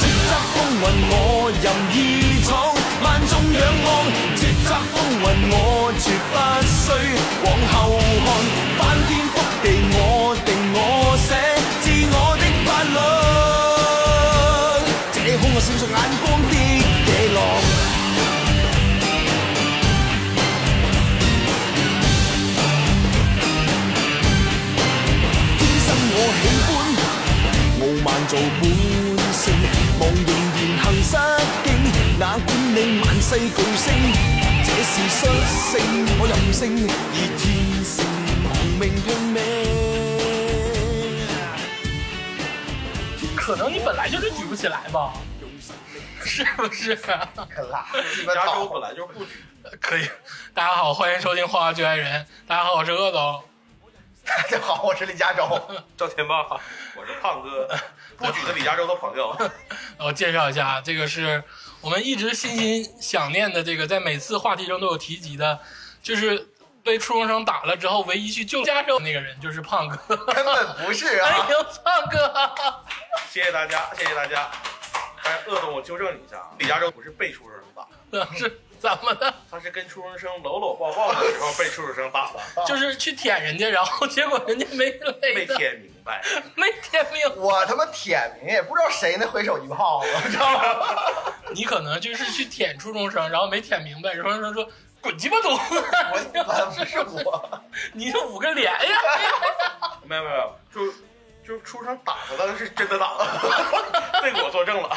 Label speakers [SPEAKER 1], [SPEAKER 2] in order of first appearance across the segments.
[SPEAKER 1] 叱咤風雲我任意闖，萬眾仰望。叱咤風雲我絕不需往後看，翻天覆地我定我寫，自我的法律。這空我閃烁眼光的野狼。天生我喜歡。傲慢做本性，望仍然行失敬，哪管你萬世巨星，這是率性，我任性，以天性亡命拼命。
[SPEAKER 2] 可能你本来就是举不起来吧，是不是？
[SPEAKER 3] 啃拉，鸡巴
[SPEAKER 4] 加州
[SPEAKER 3] 倒
[SPEAKER 4] 本来就不止，
[SPEAKER 2] 可以。大家好，欢迎收听《花花最爱人》。大家好，我是鄂总。
[SPEAKER 3] 大家好，我是李佳洲。
[SPEAKER 4] 赵天霸，我是胖哥， 不举的李加州的朋友，
[SPEAKER 2] 我介绍一下，这个是我们一直心心想念的，这个在每次话题中都有提及的，就是被初中生打了之后，唯一去救加州那个人就是胖哥。
[SPEAKER 3] 根本不是
[SPEAKER 2] 欢
[SPEAKER 3] 啊！
[SPEAKER 2] 迎胖哥！
[SPEAKER 4] 谢谢大家，谢谢大家。哎，鄂总，我纠正你一下啊，李加州不是被出生打，
[SPEAKER 2] 是怎么的？
[SPEAKER 4] 他是跟出生生搂搂抱抱的时候被出生生打的，
[SPEAKER 2] 就是去舔人家，然后结果人家没
[SPEAKER 4] 没
[SPEAKER 2] 勒的，
[SPEAKER 4] 舔明白。
[SPEAKER 2] 没舔没有。
[SPEAKER 3] 我他妈舔明也不知道谁那回手一 炮，啊我知道吗？
[SPEAKER 2] 你可能就是去舔初中生，然后没舔明白，初中生说滚鸡巴犊子，
[SPEAKER 3] 我不是我，
[SPEAKER 2] 你这捂个脸哎呀！
[SPEAKER 4] 没有没有没有，就就出生打他的是真的打的， 被我作证了。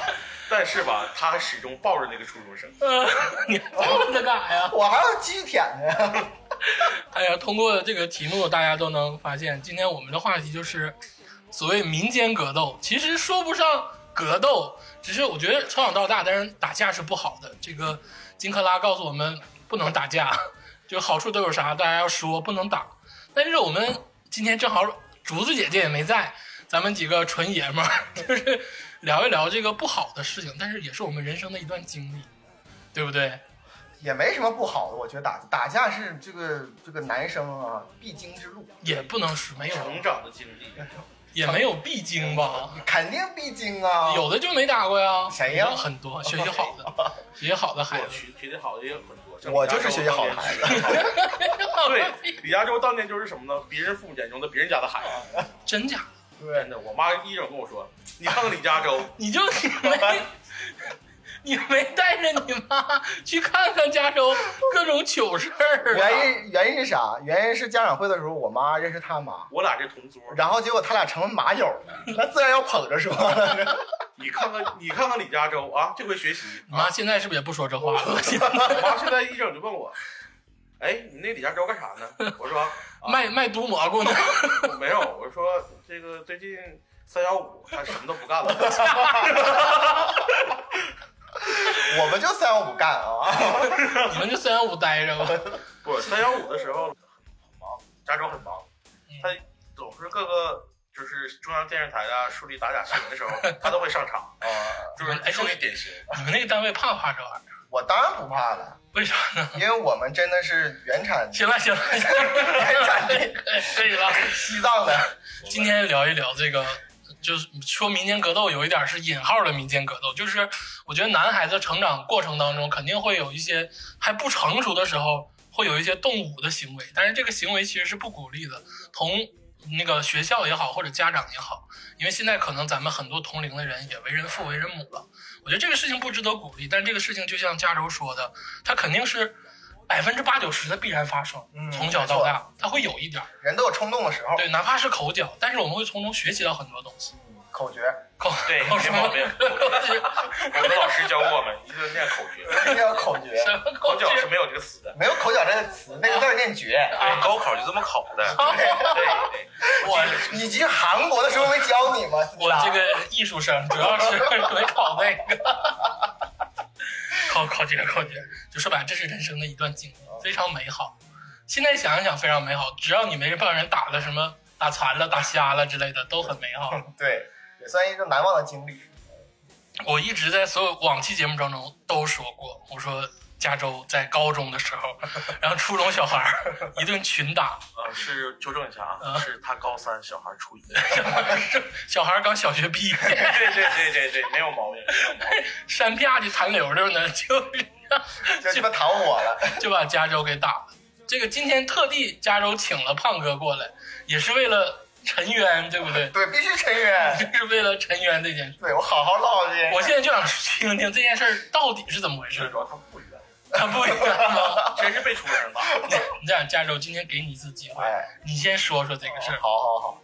[SPEAKER 4] 但是吧，他始终抱着那个初中生，
[SPEAKER 2] 呃 你还抱着干啥呀？
[SPEAKER 3] 我还要继续舔呢。
[SPEAKER 2] 哎呀，通过这个题目，大家都能发现，今天我们的话题就是所谓民间格斗。其实说不上格斗，只是我觉得从小到大，当然打架是不好的。这个金克拉告诉我们不能打架，就好处都有啥，大家要说不能打。但是我们今天正好竹子姐姐也没在，咱们几个纯爷们儿 就是聊一聊这个不好的事情，但是也是我们人生的一段经历，对不对？
[SPEAKER 3] 也没什么不好的，我觉得打打架是这个这个男生啊必经之路，
[SPEAKER 2] 也不能
[SPEAKER 3] 哎
[SPEAKER 2] 是没有，
[SPEAKER 4] 成长的经历，
[SPEAKER 2] 也没有必经吧。
[SPEAKER 3] 肯定必经啊。
[SPEAKER 2] 有的就没打过呀，
[SPEAKER 3] 哦谁呀哦
[SPEAKER 2] 有很多学习好的，学习好的孩
[SPEAKER 4] 我
[SPEAKER 2] 子，
[SPEAKER 4] 学学习好的也有很多。像
[SPEAKER 3] 哎我
[SPEAKER 4] 李佳
[SPEAKER 3] 就是
[SPEAKER 4] 州
[SPEAKER 3] 学习好的
[SPEAKER 4] 当年
[SPEAKER 3] 孩子。
[SPEAKER 4] 对，李佳州当年就是什么呢？别人父母眼中的别人家的孩子。
[SPEAKER 2] 真假？
[SPEAKER 3] 对
[SPEAKER 4] 真，的，我妈一整跟我说，你看看李佳州，
[SPEAKER 2] 你就你没你没带着你妈去看看加州各种糗事儿啊？
[SPEAKER 3] 原因原因是啥？原因是家长会的时候，我妈认识他妈，
[SPEAKER 4] 我俩是同桌，
[SPEAKER 3] 然后结果他俩成了麻友，那自然要捧 着说。
[SPEAKER 4] 你看看你看看李佳州啊，这回学习。
[SPEAKER 2] 你妈现在是不是也不说这 话了？
[SPEAKER 3] 哦
[SPEAKER 4] 我妈现在一整就问我，哎，你那李佳州干啥呢？我说
[SPEAKER 2] 卖卖毒蘑菇呢？
[SPEAKER 4] 我没有，我说这个最近三幺五他什么都不干了。
[SPEAKER 3] 我们就三幺五干啊！
[SPEAKER 2] 你们就三幺五待着吧。
[SPEAKER 4] 不，三幺五的时候很忙，加州很忙，他总是各个就是中央电视台啊树立打假新闻的 时候，他都会上场，
[SPEAKER 3] 啊，
[SPEAKER 4] 哎就是树立典型。
[SPEAKER 2] 你们那个单位怕不怕这玩意儿？
[SPEAKER 3] 我当然不怕了，
[SPEAKER 2] 为啥呢？
[SPEAKER 3] 因为我们真的是原产
[SPEAKER 2] 行了行了，行
[SPEAKER 3] 原产
[SPEAKER 2] 了
[SPEAKER 3] 地
[SPEAKER 2] 可以了。
[SPEAKER 3] 西藏的。
[SPEAKER 2] 今天聊一聊这个，就是说民间格斗有一点是引号的民间格斗，就是我觉得男孩子成长过程当中肯定会有一些还不成熟的时候，会有一些动武的行为，但是这个行为其实是不鼓励的，同那个学校也好或者家长也好，因为现在可能咱们很多同龄的人也为人父为人母了，我觉得这个事情不值得鼓励，但这个事情就像加州说的，它肯定是百分之八九十的必然发生，
[SPEAKER 3] 嗯
[SPEAKER 2] 从小到大它会有一点儿。
[SPEAKER 3] 人都有冲动的时候。
[SPEAKER 2] 对，哪怕是口角，但是我们会从中学习到很多东西。
[SPEAKER 3] 口诀，
[SPEAKER 2] 口
[SPEAKER 4] 对
[SPEAKER 2] 口
[SPEAKER 4] 没
[SPEAKER 2] 什么
[SPEAKER 4] 毛病我们老师教过我们，一个念口诀，
[SPEAKER 3] 一定要口诀，
[SPEAKER 2] 什么
[SPEAKER 4] 口
[SPEAKER 2] 口
[SPEAKER 4] 角
[SPEAKER 2] 角
[SPEAKER 4] 是没有这个词的。
[SPEAKER 3] 没有口角这个词，那个字儿念绝。
[SPEAKER 4] 对，高考就这么考的。对对，
[SPEAKER 2] 我
[SPEAKER 3] 你去韩国的时候没教你吗？斯密
[SPEAKER 2] 我
[SPEAKER 3] 达
[SPEAKER 2] 这个艺术生主要 是没考那个，考考这个考这个，就说白了，这是人生的一段经历，非常美好。现在想一想非常美好，只要你没被让人打的什么打残了、打瞎了之类的，都很美 好。
[SPEAKER 3] 对，也算一个难忘的经历。
[SPEAKER 2] 我一直在所有往期节目当中都说过，我说加州在高中的时 候，然后初中小孩儿一顿群打，
[SPEAKER 4] 呃，是纠正一下啊，
[SPEAKER 2] 啊
[SPEAKER 4] 是他高三，小孩 初一。
[SPEAKER 2] 小孩儿刚小学毕业，
[SPEAKER 4] 对对对对对，没有毛病。
[SPEAKER 2] 山啪就弹溜溜呢，就是
[SPEAKER 3] 就鸡巴躺我了，
[SPEAKER 2] 就把加州给打了。这个今天特地加州请了胖哥过来，也是为了沉冤，对不对？
[SPEAKER 3] 对，必须沉冤。
[SPEAKER 2] 就是为了沉冤这件事。
[SPEAKER 3] 对我好好唠这件事。
[SPEAKER 2] 我现在就想听听这件事儿到底是怎么回
[SPEAKER 4] 是
[SPEAKER 2] 事
[SPEAKER 4] 主，要他不冤，
[SPEAKER 2] 他不一样吗？
[SPEAKER 4] 真是被出人吧？
[SPEAKER 2] 你这样，加州今天给你一次机会，
[SPEAKER 3] 哎，
[SPEAKER 2] 你先说说这个事儿。
[SPEAKER 3] 好好好，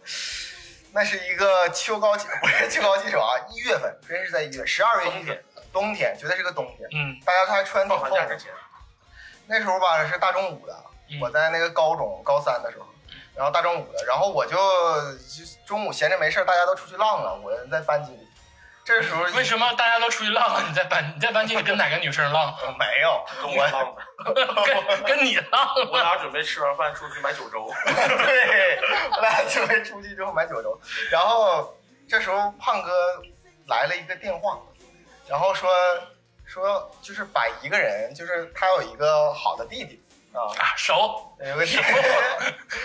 [SPEAKER 3] 那是一个秋高气，不是秋高气爽啊，一月份，真是在一月，十二月一
[SPEAKER 4] 冬
[SPEAKER 3] 月
[SPEAKER 4] 天，
[SPEAKER 3] 冬天，绝对是个冬天。
[SPEAKER 2] 嗯
[SPEAKER 3] 大家都还穿挺
[SPEAKER 4] 放寒
[SPEAKER 3] 厚
[SPEAKER 4] 假之
[SPEAKER 3] 的。
[SPEAKER 4] 前，
[SPEAKER 3] 那时候吧是大中午的，
[SPEAKER 2] 嗯
[SPEAKER 3] 我在那个高中高三的时候，然后大中午的，然后我就就中午闲着没事儿大家都出去浪了，我在班级里。这时候
[SPEAKER 2] 为什么大家都出去浪了？你在班你在班级里跟哪个女生浪？
[SPEAKER 3] 么呃没有？
[SPEAKER 4] 跟我浪
[SPEAKER 3] 我
[SPEAKER 4] 的，
[SPEAKER 2] 跟跟你浪？
[SPEAKER 4] 我俩准备吃完饭出去买九 州，
[SPEAKER 3] 对，我俩就会出去之后买九州，然后这时候胖哥来了一个电话，然后说说就是把一个人，就是他有一个好的弟弟啊，
[SPEAKER 2] 啊，熟
[SPEAKER 3] 有个弟弟，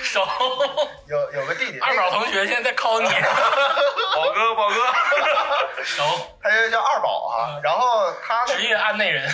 [SPEAKER 2] 熟，
[SPEAKER 3] 有有个弟弟，
[SPEAKER 2] 二宝同学现在在 call 你，
[SPEAKER 4] 宝哥 宝哥，
[SPEAKER 2] 熟，
[SPEAKER 3] 他就叫二宝啊，然后他呢
[SPEAKER 2] 嗯职业案内人。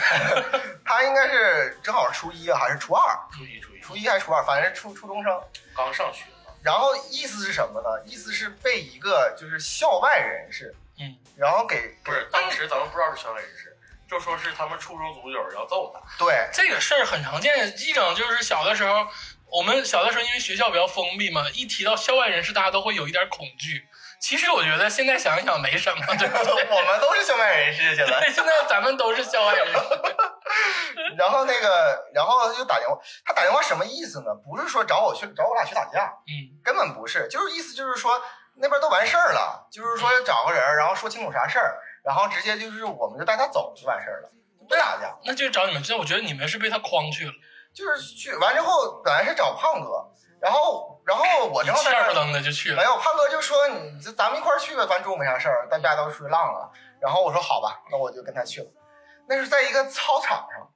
[SPEAKER 3] 他应该是正好初一啊，还是初二？
[SPEAKER 4] 注意注意，
[SPEAKER 3] 初一还是初二？反正是初初中生。
[SPEAKER 4] 刚上学嘛，
[SPEAKER 3] 然后意思是什么呢？意思是被一个就是校外人士，
[SPEAKER 2] 嗯，
[SPEAKER 3] 然后给
[SPEAKER 4] 不
[SPEAKER 3] 给
[SPEAKER 4] 是当时咱们不知道是校外人士，就说是他们初中组友要揍他，
[SPEAKER 3] 对
[SPEAKER 2] 这个事儿很常见，一整就是小的时候，我们小的时候因为学校比较封闭嘛，一提到校外人士，大家都会有一点恐惧。其实我觉得现在想一想没什么，对 不对？
[SPEAKER 3] 我们都是校外人士现在。
[SPEAKER 2] 现在咱们都是校外人士，
[SPEAKER 3] 然后那个，然后就打电话，他打电话什么意思呢？不是说找我去找我俩去打架，
[SPEAKER 2] 嗯
[SPEAKER 3] 根本不是，就是意思就是说那边都完事儿了，就是说找个人儿，然后说清楚啥事儿，然后直接就是我们就带他走就完事儿了，不打架。，
[SPEAKER 2] 那就找你们。这我觉得你们是被他诓去了，
[SPEAKER 3] 就是去完之后，本来是找胖哥，然后然后我正好
[SPEAKER 2] 一
[SPEAKER 3] 在
[SPEAKER 2] 欠哎不
[SPEAKER 3] 这儿，
[SPEAKER 2] 登的就去
[SPEAKER 3] 没
[SPEAKER 2] 了。
[SPEAKER 3] 有胖哥就说你这咱们一块儿去吧，咱中午没啥事儿，大家都出去浪了。然后我说好吧，那我就跟他去了。那是在一个操场上，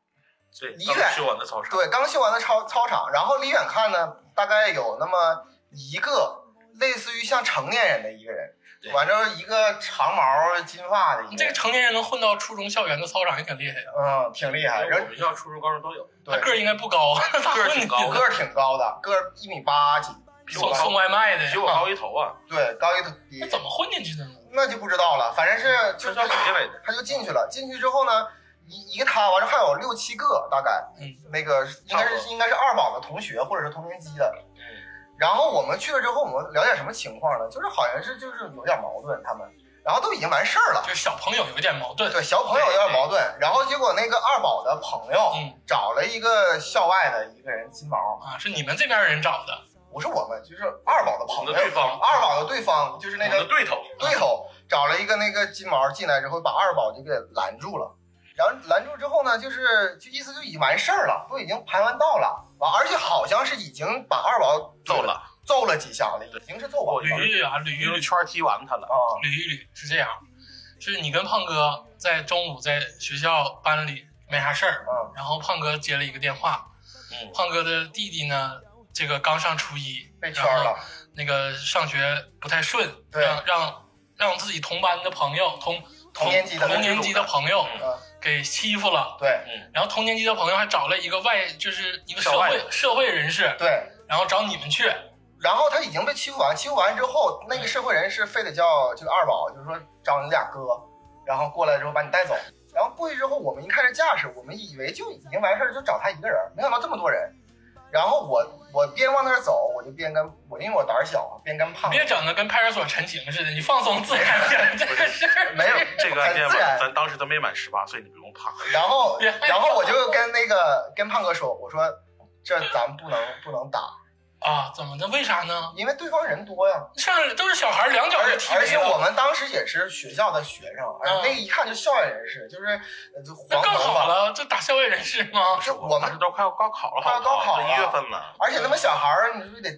[SPEAKER 4] 对，
[SPEAKER 3] 你
[SPEAKER 4] 刚
[SPEAKER 3] 远
[SPEAKER 4] 去完的操场，
[SPEAKER 3] 对，刚修完的操操场，然后离远看呢，大概有那么一个类似于像成年人的一个人，
[SPEAKER 4] 对
[SPEAKER 3] 反正一个长毛金发的一
[SPEAKER 2] 你
[SPEAKER 3] 个
[SPEAKER 2] 这个
[SPEAKER 3] 人，
[SPEAKER 2] 成年人能混到初中校园的操场也挺厉害的，
[SPEAKER 3] 嗯，挺厉害，
[SPEAKER 4] 因为哎我
[SPEAKER 3] 人
[SPEAKER 4] 们学校初中高中都有，
[SPEAKER 2] 他
[SPEAKER 3] 对
[SPEAKER 2] 个儿应该不高，他
[SPEAKER 4] 个儿
[SPEAKER 2] 混
[SPEAKER 4] 挺高
[SPEAKER 2] 进去
[SPEAKER 3] 个儿挺高的，个儿一米八几，
[SPEAKER 4] 比我
[SPEAKER 2] 送
[SPEAKER 4] 高
[SPEAKER 2] 送，外卖的呀
[SPEAKER 4] 比，我高一头啊，
[SPEAKER 3] 对，高一头比
[SPEAKER 2] 那怎么混进去的呢？
[SPEAKER 3] 那就不知道了，反正是就
[SPEAKER 4] 这
[SPEAKER 3] 是
[SPEAKER 4] 叫谁来着？
[SPEAKER 3] 他就进去了。进去之后呢，一一个他，完了还有六七个大概，
[SPEAKER 2] 嗯，
[SPEAKER 3] 那个应
[SPEAKER 4] 差
[SPEAKER 3] 该
[SPEAKER 4] 不
[SPEAKER 3] 是
[SPEAKER 4] 多
[SPEAKER 3] 应该是二宝的同学或者是同年级的。
[SPEAKER 4] 嗯，
[SPEAKER 3] 然后我们去了之后，我们了解什么情况呢？就是好像是就是有点矛盾，他们，然后都已经完事儿了
[SPEAKER 2] 就。是小朋友有一点矛盾，
[SPEAKER 3] 对，小朋友有点矛盾，然后结果那个二宝的朋友
[SPEAKER 2] 嗯
[SPEAKER 3] 找了一个校外的一个人金毛，
[SPEAKER 2] 啊，是你们这边人找的，
[SPEAKER 3] 不是我们，就是二宝的朋
[SPEAKER 4] 我们
[SPEAKER 3] 友，
[SPEAKER 4] 的对方
[SPEAKER 3] 二宝的对方就是哎那
[SPEAKER 4] 我的
[SPEAKER 3] 个
[SPEAKER 4] 对头，
[SPEAKER 3] 对头找了一个那个金毛进来之后，把二宝就给拦住了。然后拦住之后呢，就是就意思就已经完事儿了，都已经盘完道了，完而且好像是已经把二宝
[SPEAKER 4] 揍了，
[SPEAKER 3] 揍了几下了，已经是揍完
[SPEAKER 2] 捋
[SPEAKER 3] 了
[SPEAKER 2] 一捋啊，捋一捋。
[SPEAKER 4] 圈踢完他了，
[SPEAKER 3] 啊。
[SPEAKER 2] 捋一捋是这样，是你跟胖哥在中午在学校班里没啥事儿，
[SPEAKER 3] 嗯
[SPEAKER 2] 然后胖哥接了一个电话，
[SPEAKER 4] 嗯
[SPEAKER 2] 胖哥的弟弟呢，这个刚上初一，
[SPEAKER 3] 被圈儿了，
[SPEAKER 2] 那个上学不太顺，
[SPEAKER 3] 对
[SPEAKER 2] 让让让自己同班的朋友同
[SPEAKER 3] 同年级的
[SPEAKER 2] 同年级的朋友
[SPEAKER 4] 嗯
[SPEAKER 3] 嗯，
[SPEAKER 2] 给欺负了。
[SPEAKER 3] 对
[SPEAKER 2] 然后同年级的朋友还找了一个外，就是一个社
[SPEAKER 4] 小外
[SPEAKER 2] 会社会人士，
[SPEAKER 3] 对。
[SPEAKER 2] 然后找你们去，
[SPEAKER 3] 然后他已经被欺负完，欺负完之后，那个社会人士非得叫这个二宝，就是说找你俩哥，然后过来之后把你带走。然后过去之后，我们一看这架势，我们以为就已经完事儿，就找他一个人，没想到这么多人。然后我我边往那儿走，我就边跟我因为我胆儿小，边跟胖子
[SPEAKER 2] 别整的跟派出所陈情似的，你放松自然 点，这个事儿
[SPEAKER 3] 没有
[SPEAKER 4] 这个案件
[SPEAKER 3] 很自
[SPEAKER 4] 吧，
[SPEAKER 3] 然。
[SPEAKER 4] 咱当时都没满十八岁，你不用怕。
[SPEAKER 3] 然后
[SPEAKER 2] 别害
[SPEAKER 3] 然后我就跟那个跟胖哥说，我说这咱不能不能打，
[SPEAKER 2] 啊，怎么的？为啥呢？
[SPEAKER 3] 因为对方人多呀。
[SPEAKER 2] 上来都是小孩儿，两脚
[SPEAKER 3] 而
[SPEAKER 2] 就踢
[SPEAKER 3] 而
[SPEAKER 2] 没
[SPEAKER 3] 且我
[SPEAKER 2] 了。
[SPEAKER 3] 们当时也是学校的学生，而
[SPEAKER 2] 嗯
[SPEAKER 3] 那一看就校外人士，就是呃就
[SPEAKER 2] 那
[SPEAKER 3] 黄
[SPEAKER 2] 更
[SPEAKER 3] 头
[SPEAKER 2] 好
[SPEAKER 3] 发，
[SPEAKER 2] 了，就打校外人士吗？
[SPEAKER 3] 是我
[SPEAKER 4] 当
[SPEAKER 3] 们
[SPEAKER 4] 时，都快要高考了，
[SPEAKER 3] 快要
[SPEAKER 4] 好不好
[SPEAKER 3] 高考了
[SPEAKER 4] 都一月份了，
[SPEAKER 3] 而且那么小孩儿，你说得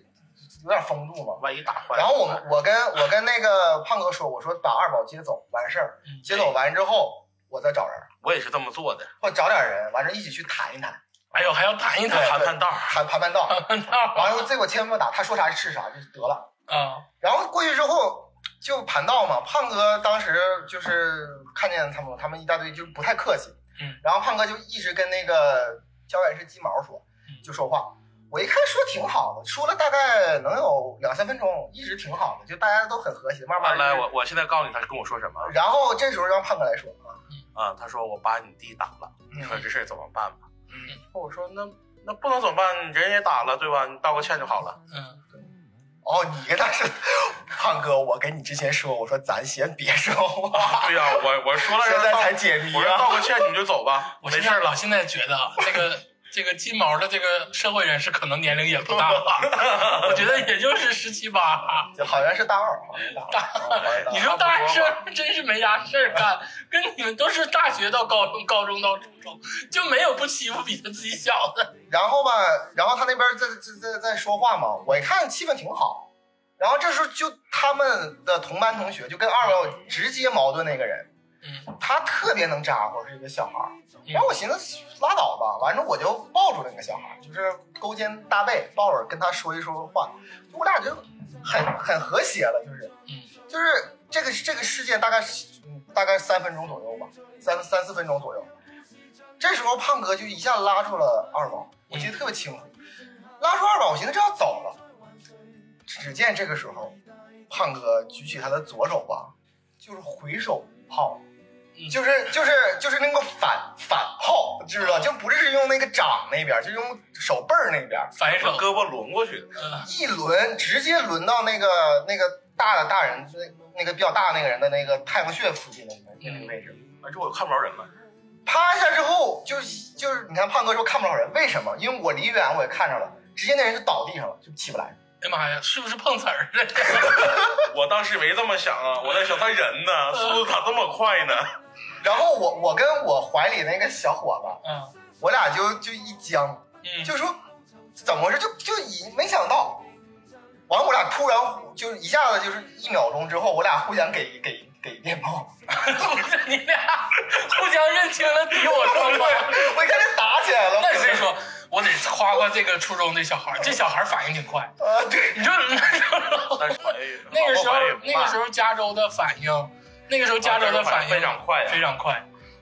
[SPEAKER 3] 有点封住嘛。
[SPEAKER 4] 万一打坏了，
[SPEAKER 3] 然后我们我跟我跟那个胖哥说，我说把二宝接走完事儿，
[SPEAKER 2] 嗯
[SPEAKER 3] 接走完之后我再找人，
[SPEAKER 4] 我也是这么做的。
[SPEAKER 3] 或者找点人，完事儿一起去谈一谈，
[SPEAKER 2] 哎呦，还要谈一谈
[SPEAKER 4] 谈判道儿，
[SPEAKER 3] 谈谈判道，
[SPEAKER 2] 啊
[SPEAKER 3] 完了这我千万不要打，他说啥是啥就得了。
[SPEAKER 2] 啊！
[SPEAKER 3] 然后过去之后就盘道嘛，胖哥当时就是看见他们，他们一大堆就不太客气，
[SPEAKER 2] 嗯，
[SPEAKER 3] 然后胖哥就一直跟那个教练是鸡毛说
[SPEAKER 2] 嗯，
[SPEAKER 3] 就说话。我一看说挺好的，说了大概能有两三分钟，一直挺好的，就大家都很和谐，慢慢
[SPEAKER 4] 来
[SPEAKER 3] 就是
[SPEAKER 4] 来，我我现在告诉你，他跟我说什么
[SPEAKER 3] 然后这时候让胖哥来说啊，
[SPEAKER 4] 啊？他说我把你弟打了，
[SPEAKER 3] 嗯
[SPEAKER 4] 说这事儿怎么办吧？
[SPEAKER 2] 嗯
[SPEAKER 3] 然后我说那
[SPEAKER 4] 那不能怎么办？人也打了，对吧？你道个歉就好 了。
[SPEAKER 2] 嗯，
[SPEAKER 3] 哦，你跟他是胖哥，我跟你之前说，我说咱先别说话，
[SPEAKER 4] 对呀、我我说了
[SPEAKER 3] 现
[SPEAKER 4] 让
[SPEAKER 3] 在
[SPEAKER 4] 他道
[SPEAKER 3] 才解谜
[SPEAKER 4] 我说
[SPEAKER 3] 啊。
[SPEAKER 4] 道个歉你就走 吧，
[SPEAKER 2] 我
[SPEAKER 4] 没
[SPEAKER 2] 现
[SPEAKER 4] 事
[SPEAKER 2] 在
[SPEAKER 4] 儿了
[SPEAKER 2] 我。现在觉得啊，这个这个金毛的这个社会人士可能年龄也不大 了，我觉得也就是十七八。
[SPEAKER 3] 就好像是大二， 好像是大
[SPEAKER 2] 大
[SPEAKER 3] 二。
[SPEAKER 2] 你说大学真是没啥事儿干，跟你们都是大学到高中，高中到初中，就没有不欺负比他自己小的。
[SPEAKER 3] 然后吧，然后他那边在在在在说话嘛，我一看气氛挺好，然后这时候就他们的同班同学就跟二表直接矛盾那个人，
[SPEAKER 2] 嗯
[SPEAKER 3] 他特别能咋呼，是一个小孩儿。
[SPEAKER 2] 嗯
[SPEAKER 3] 然后我寻思拉倒吧，完了我就抱住那个小孩儿，就是勾肩搭背抱着跟他说一说话，我俩就很很和谐了，就是
[SPEAKER 2] 嗯
[SPEAKER 3] 就是这个这个事件大概是嗯大概三分钟左右吧，三三四分钟左右。这时候胖哥就一下拉住了二宝，我记得特别清楚，拉住二宝，我寻思这要走了。只见这个时候，胖哥举起他的左手吧，就是回手炮，
[SPEAKER 2] 嗯
[SPEAKER 3] 就是就是就是那个反反炮，知道？就不是用那个掌那边，就用手背儿那边。
[SPEAKER 2] 反
[SPEAKER 4] 把
[SPEAKER 2] 手，
[SPEAKER 4] 胳膊抡过去的，
[SPEAKER 2] 嗯
[SPEAKER 3] 一轮直接轮到那个那个大的大人，那那个比较大那个人的那个太阳穴附近的那个那个位置，
[SPEAKER 4] 反哎正我看不着人了。
[SPEAKER 3] 趴下之后就就是你看胖哥说看不着人，为什么？因为我离远我也看着了，直接那人就倒地上了，就起不来。
[SPEAKER 2] 哎呀妈呀，是不是碰瓷儿了？
[SPEAKER 4] 我当时没这么想 啊，我在想他人呢，速度咋这么快呢？
[SPEAKER 3] 然后我我跟我怀里那个小伙 子，
[SPEAKER 2] 嗯
[SPEAKER 3] 我俩就就一僵，
[SPEAKER 2] 嗯，
[SPEAKER 3] 就说怎么回事？就就以没想到，完我俩突然就是一下子就是一秒钟之后，我俩互相给给给电炮。
[SPEAKER 2] 不是你俩互相认清了敌我双方。
[SPEAKER 3] 我一看这打起来了，
[SPEAKER 2] 那你别说，我得夸夸这个初中这小孩儿，这小孩儿反应挺快。
[SPEAKER 3] 啊，对，
[SPEAKER 2] 你说
[SPEAKER 4] 但是反应
[SPEAKER 2] 那个时候
[SPEAKER 4] 老婆反应，也
[SPEAKER 2] 那
[SPEAKER 4] 慢
[SPEAKER 2] 个时候加州的反应，那个时候加州的反应
[SPEAKER 4] 非常快啊
[SPEAKER 2] 非常快。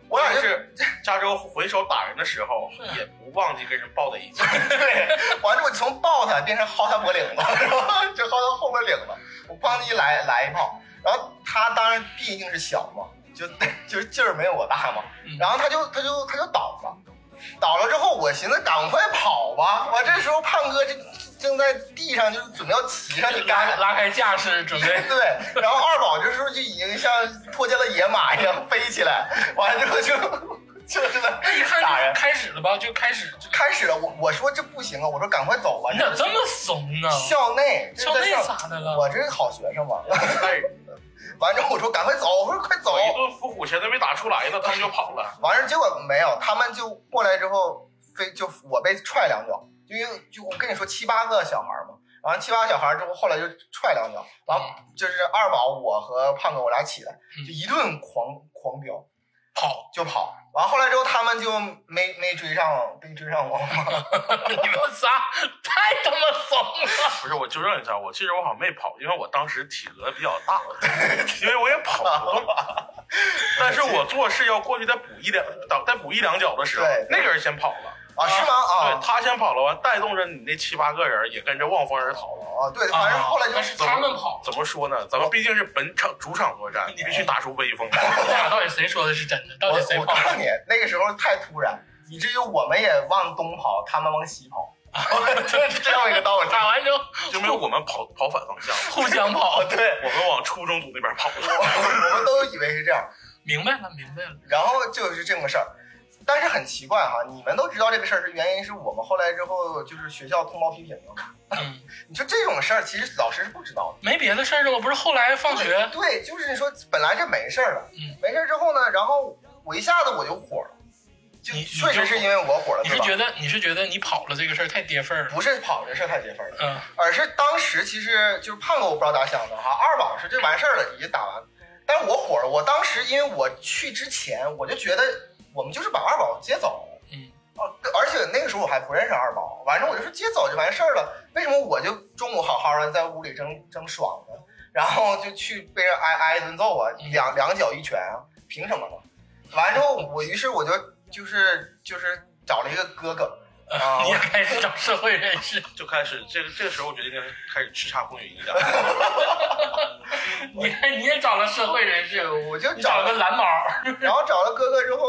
[SPEAKER 3] 我俩
[SPEAKER 4] 就
[SPEAKER 3] 就是
[SPEAKER 4] 加州回手打人的时候，
[SPEAKER 2] 啊
[SPEAKER 4] 也不忘记跟人抱在一起。
[SPEAKER 3] 对，完了我从抱他变成薅他脖领子， 然后就薅他后脖领子，我咣叽来来一炮，然后他当然毕竟是小嘛，就 就是劲儿没有我大嘛
[SPEAKER 2] 嗯，
[SPEAKER 3] 然后他就他就他就倒了，倒了之后我寻思赶快跑吧，我这时候胖哥就正在地上就是准备要骑上去干
[SPEAKER 2] 拉
[SPEAKER 3] 了。
[SPEAKER 2] 拉开架势，准 备
[SPEAKER 3] 对，然后二宝这时候就已经像脱缰的野马一样飞起来，完了之后就就是
[SPEAKER 2] 那一看
[SPEAKER 3] 打人
[SPEAKER 2] 就。开始了吧，就开始。
[SPEAKER 3] 开始了，我我说这不行啊，我说赶快走吧。
[SPEAKER 2] 你咋这么怂呢？
[SPEAKER 3] 校内？这
[SPEAKER 2] 啊校
[SPEAKER 3] 在
[SPEAKER 2] 内
[SPEAKER 3] 校
[SPEAKER 2] 咋的了？
[SPEAKER 3] 我这是好学生嘛。
[SPEAKER 4] 哎，
[SPEAKER 3] 完之后我说赶快走，我说快走
[SPEAKER 4] 我。
[SPEAKER 2] 哦
[SPEAKER 4] 一顿伏虎拳都没打出来呢，他们就跑了。
[SPEAKER 3] 完事儿结果没有，他们就过来之后，非就我被踹两脚，就因为就我跟你说七八个小孩儿嘛，然后七八个小孩儿之后后来就踹两脚，完就是二宝我和胖哥我俩起来
[SPEAKER 2] 嗯
[SPEAKER 3] 就一顿狂狂飙
[SPEAKER 2] 跑，
[SPEAKER 3] 就跑，完后来之后他们就没没追上没追上我 嘛。
[SPEAKER 2] 你们仨太他妈怂了。
[SPEAKER 4] 不是，我纠正一下，啊我记得我好像没跑，因为我当时体格比较 大，因为我也跑不动。但是我做事要过去再补一两，再补一两脚的时候
[SPEAKER 3] 对，
[SPEAKER 4] 那个人先跑了。
[SPEAKER 3] 啊是吗？啊
[SPEAKER 4] 对他先跑了，完带动着你那七八个人也跟着望风而逃。
[SPEAKER 3] 啊对，反正后来就
[SPEAKER 2] 但是他们 跑，
[SPEAKER 4] 怎么说呢？咱们毕竟是本场主场作战，你必须打出威风。
[SPEAKER 2] 这俩到底谁说的是真的？到
[SPEAKER 3] 我
[SPEAKER 2] 底谁
[SPEAKER 3] 我
[SPEAKER 2] 跑
[SPEAKER 3] 告？诉你，那个时候太突然，以至于我们也往东跑，他们往西跑， 就是这样一个道理。
[SPEAKER 2] 打完之 后
[SPEAKER 4] 就没有我们跑跑反方向，
[SPEAKER 2] 互相跑
[SPEAKER 3] 哦，，对，
[SPEAKER 4] 我们往初中组那边跑了。
[SPEAKER 3] 我们都以为是这样，
[SPEAKER 2] 明白了，明白了。
[SPEAKER 3] 然后就是这么个事儿。但是很奇怪哈，你们都知道这个事儿是原因是我们后来之后就是学校通报批评了。
[SPEAKER 2] 嗯，
[SPEAKER 3] 你说这种事儿其实老师是不知道的。
[SPEAKER 2] 没别的事儿了吗？不是后来放学，
[SPEAKER 3] 对，就是你说本来这没事儿了，
[SPEAKER 2] 嗯
[SPEAKER 3] 没事儿之后呢，然后我一下子我就火了，就
[SPEAKER 2] 你你
[SPEAKER 3] 确实
[SPEAKER 2] 就是
[SPEAKER 3] 因为我火了，
[SPEAKER 2] 你
[SPEAKER 3] 对
[SPEAKER 2] 是
[SPEAKER 3] 吧？
[SPEAKER 2] 觉得你是觉得你跑了这个事儿太跌份儿了？
[SPEAKER 3] 不是跑这事儿太解分了，
[SPEAKER 2] 嗯
[SPEAKER 3] 而是当时其实就是胖哥，我不知道咋想的哈，二宝是这完事儿了，已经打完，但是我火了，我当时因为我去之前我就觉得我们就是把二宝接走，
[SPEAKER 2] 嗯，
[SPEAKER 3] 哦，而且那个时候我还不认识二宝，反正我就说接走就完事儿了。为什么我就中午好好的在屋里争争爽呢？然后就去被人挨挨一顿揍啊，
[SPEAKER 2] 嗯
[SPEAKER 3] 两两脚一拳啊，凭什么呢？完之后我于是我就就是就是找了一个哥哥啊，
[SPEAKER 2] 你也
[SPEAKER 3] 我
[SPEAKER 2] 开始找社会人 士，
[SPEAKER 4] 就开始这个这个时候，我觉得应该开始叱咤风云 一下。
[SPEAKER 2] 你看你也找了社会人士，
[SPEAKER 3] 我就
[SPEAKER 2] 你
[SPEAKER 3] 找
[SPEAKER 2] 找
[SPEAKER 3] 了
[SPEAKER 2] 个蓝毛儿，
[SPEAKER 3] 然后找了哥哥之后，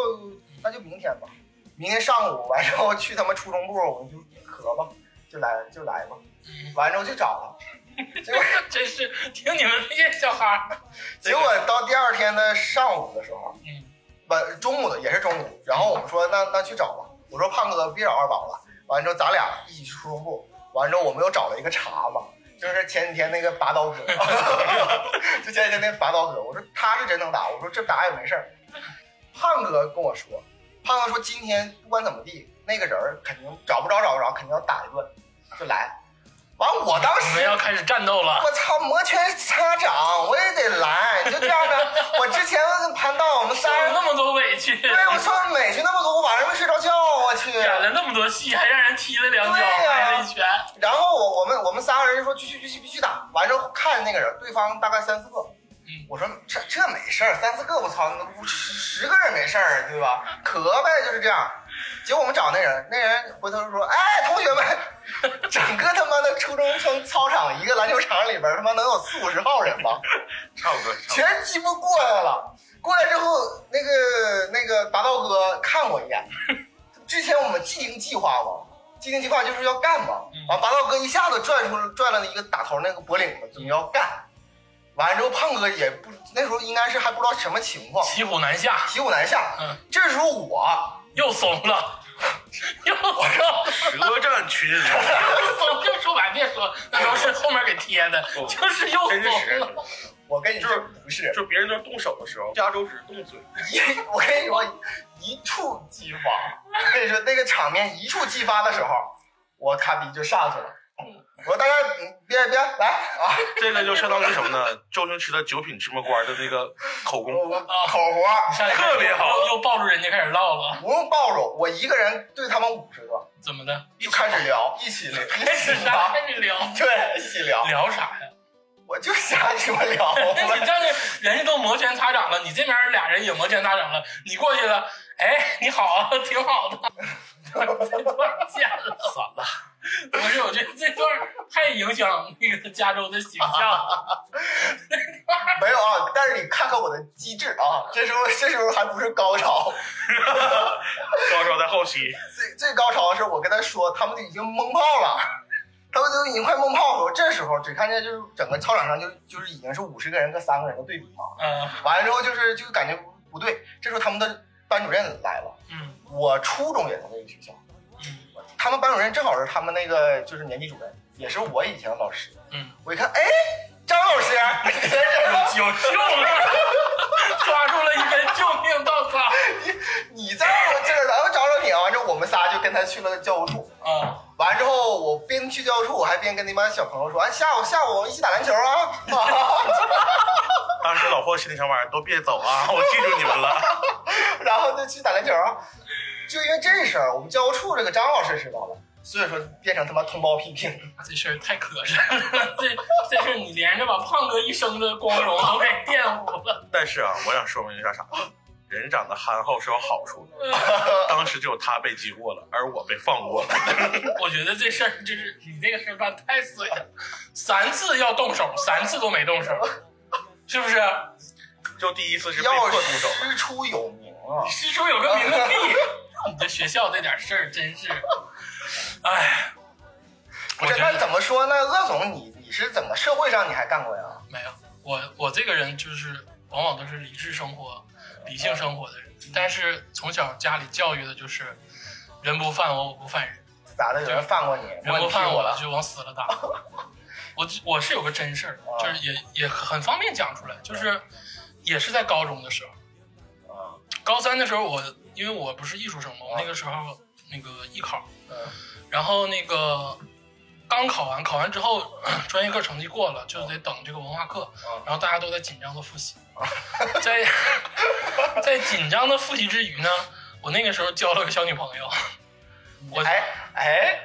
[SPEAKER 3] 那就明天吧，明天上午完之后去他们初中部，我们就磕吧，就来就来吧，完之后就找他，结果
[SPEAKER 2] 真是听你们这些小孩儿，
[SPEAKER 3] 结果到第二天的上午的时候，
[SPEAKER 2] 嗯，
[SPEAKER 3] 不中午的也是中午，然后我们说那那去找吧，我说胖哥别找二宝了，完之后咱俩一起去初中部，完之后我们又找了一个茶嘛。就是前几天那个拔刀哥，就前几天那拔刀哥，我说他是真能打，我说这打也没事儿。胖哥跟我说，胖哥说今天不管怎么地，那个人儿肯定找不着找不着，肯定要打一顿，就来。完，我当
[SPEAKER 2] 我
[SPEAKER 3] 时
[SPEAKER 2] 们要开始战斗了。
[SPEAKER 3] 我操，摩拳擦掌，我也得来，你就这样的。我之前跟盘道，我们仨
[SPEAKER 2] 受了
[SPEAKER 3] 人
[SPEAKER 2] 那，么多委屈，
[SPEAKER 3] 对， 我受委屈那么多，我晚上没睡着觉，啊我去。
[SPEAKER 2] 演了那么多戏，还让人踢了两脚，
[SPEAKER 3] 对呀
[SPEAKER 2] 挨了一拳。
[SPEAKER 3] 然后我我们我们仨人就说去去去去必须打，完之后看那个人，对方大概三四个
[SPEAKER 2] 嗯。
[SPEAKER 3] 我说这这没事儿，三四个我操，那五十十个人没事儿，对吧？咳呗，就是这样。结果我们找那人，那人回头就说：“哎，同学们，整个他妈的初中生操场一个篮球场里边儿，他妈能有四五十号人吧？”
[SPEAKER 4] 差不多，差不多。
[SPEAKER 3] 全鸡巴过来了。过来之后，那个那个达道哥看我一眼，之前我们既定计划嘛，既定计划就是要干嘛
[SPEAKER 2] 嗯。
[SPEAKER 3] 完，拔道哥一下子拽出拽了一个打头那个脖领子，准备要干。完之后，胖哥也不那时候应该是还不知道什么情况，
[SPEAKER 2] 骑虎难下，
[SPEAKER 3] 骑虎难下。
[SPEAKER 2] 嗯，
[SPEAKER 3] 这时候我
[SPEAKER 2] 又怂了，又怂了，
[SPEAKER 4] 舌战群 儒，
[SPEAKER 2] 又怂。这说白了别说，那都是后面给贴的，就是又
[SPEAKER 4] 哦真
[SPEAKER 2] 怂
[SPEAKER 4] 是
[SPEAKER 2] 了。
[SPEAKER 3] 我跟你说不是，
[SPEAKER 4] 就别人都动手的时候，加州只动嘴。
[SPEAKER 3] 一 我跟你说一触即发，我跟你说那个场面一触即发的时候，我咔逼就上去了。我说大家嗯别别来啊！
[SPEAKER 4] 这个就相当于什么呢？周星驰的《九品芝麻官》的那个口
[SPEAKER 3] 我
[SPEAKER 4] 供，
[SPEAKER 3] 我口活
[SPEAKER 2] 嗯啊上来
[SPEAKER 4] 特别好
[SPEAKER 2] 又抱住人家开始唠了，
[SPEAKER 3] 不用抱着，我一个人对他们五十个
[SPEAKER 2] 怎么的？
[SPEAKER 3] 就开始聊，一起聊，
[SPEAKER 2] 开
[SPEAKER 3] 一起
[SPEAKER 2] 始啥？
[SPEAKER 3] 聊，
[SPEAKER 2] 开始聊
[SPEAKER 3] 对，一起聊，
[SPEAKER 2] 聊啥呀？
[SPEAKER 3] 我就瞎鸡巴 聊。
[SPEAKER 2] 那你站着，人家都摩拳擦掌了，你这边俩人也摩拳擦掌了，你过去了，哎，你好啊，挺好的，这段见了，
[SPEAKER 4] 散了。
[SPEAKER 2] 不是，我觉得这段太影响那个加州的形象了。
[SPEAKER 3] 没有啊，但是你看看我的机智啊，这时候这时候还不是高潮，
[SPEAKER 4] 高潮在后期，
[SPEAKER 3] 最最高潮的是我跟他说，他们都已经懵炮了，他们都已经快懵炮了。这时候只看见就是整个操场上就就是已经是五十个人跟三个人的对比了。
[SPEAKER 2] 嗯
[SPEAKER 3] 完了之后就是就感觉不对，这时候他们的班主任来了，
[SPEAKER 2] 嗯
[SPEAKER 3] 我初中也在那个学校，
[SPEAKER 2] 嗯
[SPEAKER 3] 他们班主任正好是他们那个就是年级主任，也是我以前的老师。
[SPEAKER 2] 嗯，
[SPEAKER 3] 我一看，哎，张老师，啊 你在这儿吗
[SPEAKER 2] 有 救了，抓住了一根救命稻草。
[SPEAKER 3] 你在我这儿呢，我找找你啊。完之后我们仨就跟他去了教务处。
[SPEAKER 2] 啊，
[SPEAKER 3] 完之后，我边去教务处，我还边跟那帮小朋友说：“哎，下午下午我们一起打篮球啊！”
[SPEAKER 4] 当时老霍心里想玩意儿，都别走啊，我记住你们了。
[SPEAKER 3] 然后就去打篮球啊。就因为这事儿，我们教务处这个张老师知道了，所以说变成他妈通报批评。
[SPEAKER 2] 这事儿太磕碜了， 这这事儿你连着把胖哥一生的光荣都给玷污了。
[SPEAKER 4] 但是啊，我想说明一下啥？人长得憨厚是有好处的。 当时只有他被激过了，而我被放过了。
[SPEAKER 2] 我觉得这事儿就是你这个事儿办太水了，三次要动手，三次都没动手，是不是？
[SPEAKER 4] 就第一次是被
[SPEAKER 3] 要
[SPEAKER 4] 迫动手了，
[SPEAKER 3] 师出有名啊！
[SPEAKER 2] 师叔有个名字地， 你这学校这点事儿真是，哎，我
[SPEAKER 3] 不是，
[SPEAKER 2] 觉
[SPEAKER 3] 那
[SPEAKER 2] 得
[SPEAKER 3] 怎么说呢？鄂总，你你是怎么社会上你还干过呀？
[SPEAKER 2] 没有我，我这个人就是往往都是理智生活、理性生活的人，
[SPEAKER 3] 嗯
[SPEAKER 2] 但是从小家里教育的就是人不犯我，我不犯人。
[SPEAKER 3] 咋的？有人犯过你？
[SPEAKER 2] 人不
[SPEAKER 3] 你踢
[SPEAKER 2] 犯
[SPEAKER 3] 我
[SPEAKER 2] 我了，就往死了打。 我我是有个真事儿，
[SPEAKER 3] 啊
[SPEAKER 2] 就是也也很方便讲出来，就是也是在高中的时候，
[SPEAKER 3] 啊
[SPEAKER 2] 高三的时候我因为我不是艺术生嘛，我那个时候那个艺考，
[SPEAKER 3] 嗯
[SPEAKER 2] 然后那个刚考完，考完之后专业课成绩过了，就得等这个文化课
[SPEAKER 3] 嗯，
[SPEAKER 2] 然后大家都在紧张的复习，在在紧张的复习之余呢，我那个时候交了个小女朋友，我
[SPEAKER 3] 哎哎，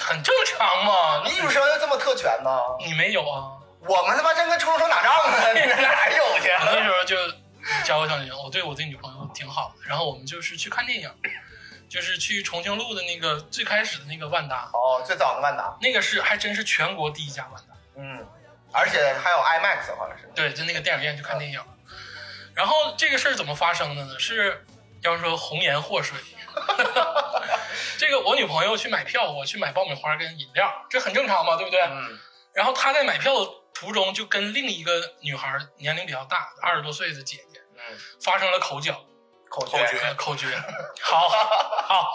[SPEAKER 2] 很正常嘛，
[SPEAKER 3] 你艺术生又这么特权呢？
[SPEAKER 2] 你你没有啊？
[SPEAKER 3] 我们他妈真跟初中生打仗呢， 你哪 有去？
[SPEAKER 2] 我那时候就交个小女朋友，我对我对女朋友挺好的。然后我们就是去看电影，就是去重庆路的那个最开始的那个万达，
[SPEAKER 3] 哦，最早的万达，
[SPEAKER 2] 那个是还真是全国第一家万达。
[SPEAKER 3] 嗯，而且还有 IMAX 好像是，
[SPEAKER 2] 对，就那个电影院去看电影。然后这个事儿怎么发生的呢？是要说红颜祸水。 这个我女朋友去买票，我去买爆米花跟饮料，这很正常嘛，对不对？
[SPEAKER 3] 嗯
[SPEAKER 2] 然后她在买票的途中就跟另一个女孩儿，年龄比较大，二十多岁的姐姐
[SPEAKER 3] 嗯，
[SPEAKER 2] 发生了口角。
[SPEAKER 3] 口
[SPEAKER 4] 口
[SPEAKER 3] 诀
[SPEAKER 4] 诀
[SPEAKER 2] 呃口诀， 好 好，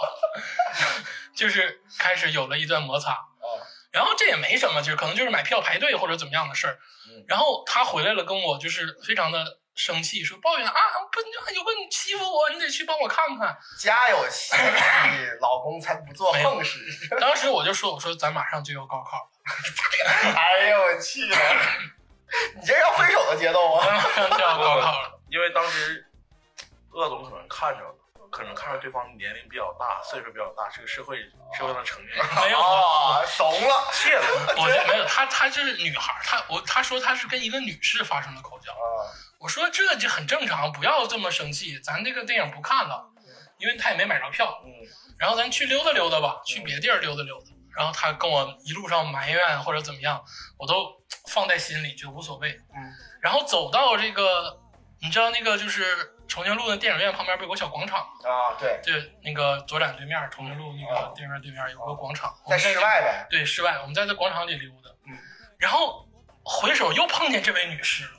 [SPEAKER 2] 就是开始有了一段摩擦。
[SPEAKER 3] 哦
[SPEAKER 2] 然后这也没什么，就是可能就是买票排队或者怎么样的事儿
[SPEAKER 3] 嗯。
[SPEAKER 2] 然后他回来了，跟我就是非常的生气，说抱怨啊，不，有个你欺负我，你得去帮我看看。
[SPEAKER 3] 家有喜事，老公才不做横事。
[SPEAKER 2] 当时我就说，我说咱马上就要高考了，
[SPEAKER 3] 哎呦我去了，你这要分手的节奏啊！
[SPEAKER 2] 咱马上 就要高考了。
[SPEAKER 4] 因为当时鄂总可能看着了，可能看着对方年龄比较大，岁数比较大，是个社会社会上的成年人，
[SPEAKER 2] 没有
[SPEAKER 3] 啊，怂了
[SPEAKER 4] 怯了。
[SPEAKER 2] 我就没有他，他就是女孩儿，他我他说他是跟一个女士发生了口角。
[SPEAKER 3] 啊！
[SPEAKER 2] 我说这就很正常，不要这么生气，咱这个电影不看了，因为他也没买着票。
[SPEAKER 3] 嗯，
[SPEAKER 2] 然后咱去溜达溜达吧，去别地儿溜达溜达。然后他跟我一路上埋怨或者怎么样，我都放在心里，就无所谓。
[SPEAKER 3] 嗯，
[SPEAKER 2] 然后走到这个，你知道那个就是重庆路的电影院旁边不有个小广场？
[SPEAKER 3] 啊，对，
[SPEAKER 2] 对，那个左展对面，重庆路那个电影院对面有个广场，我
[SPEAKER 3] 哦在
[SPEAKER 2] 们
[SPEAKER 3] 室。外呗。
[SPEAKER 2] 对，室外，我们在这广场里溜达。
[SPEAKER 3] 嗯，
[SPEAKER 2] 然后回首又碰见这位女士了。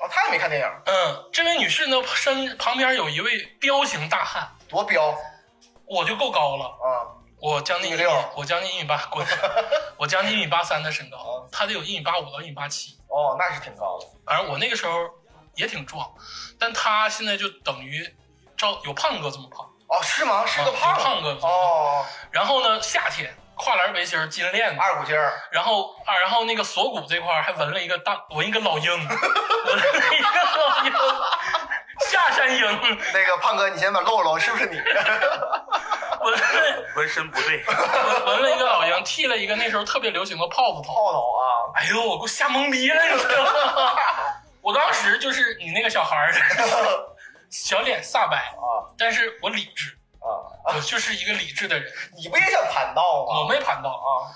[SPEAKER 3] 哦，他也没看电影，
[SPEAKER 2] 嗯，这位女士呢，身旁边有一位彪形大汉，
[SPEAKER 3] 多彪
[SPEAKER 2] 我就够高了，
[SPEAKER 3] 啊！
[SPEAKER 2] 我将近一
[SPEAKER 3] 一
[SPEAKER 2] 米
[SPEAKER 3] 米六，
[SPEAKER 2] 我将近一米 八，滚！我将近一米八三的身高
[SPEAKER 3] 啊，
[SPEAKER 2] 她得有一米八五到一米八七，
[SPEAKER 3] 哦，那是挺高的。
[SPEAKER 2] 反正我那个时候也挺壮，但她现在就等于照有胖哥这么胖。
[SPEAKER 3] 哦，是吗？是个
[SPEAKER 2] 啊
[SPEAKER 3] 胖
[SPEAKER 2] 是胖哥
[SPEAKER 3] 哦，
[SPEAKER 2] 然后呢，夏天跨栏背心儿金链子，
[SPEAKER 3] 二股筋儿，
[SPEAKER 2] 然后啊，然后那个锁骨这块儿还纹了一个大纹一个 老鹰，纹了一个老鹰，下山鹰，
[SPEAKER 3] 那个胖哥，你先把露露，是不是 你？
[SPEAKER 2] 纹了。
[SPEAKER 4] 纹身不对，
[SPEAKER 2] 纹了一个老鹰，剃了一个那时候特别流行的泡子头。
[SPEAKER 3] 泡头啊！
[SPEAKER 2] 哎呦，我给我吓懵逼了，你知道吗？我当时就是你那个小孩儿，小脸煞白，
[SPEAKER 3] 啊
[SPEAKER 2] 但是我理智，
[SPEAKER 3] 啊！
[SPEAKER 2] 我就是一个理智的人，
[SPEAKER 3] 你不也想盘道吗？
[SPEAKER 2] 我没盘到。
[SPEAKER 3] 啊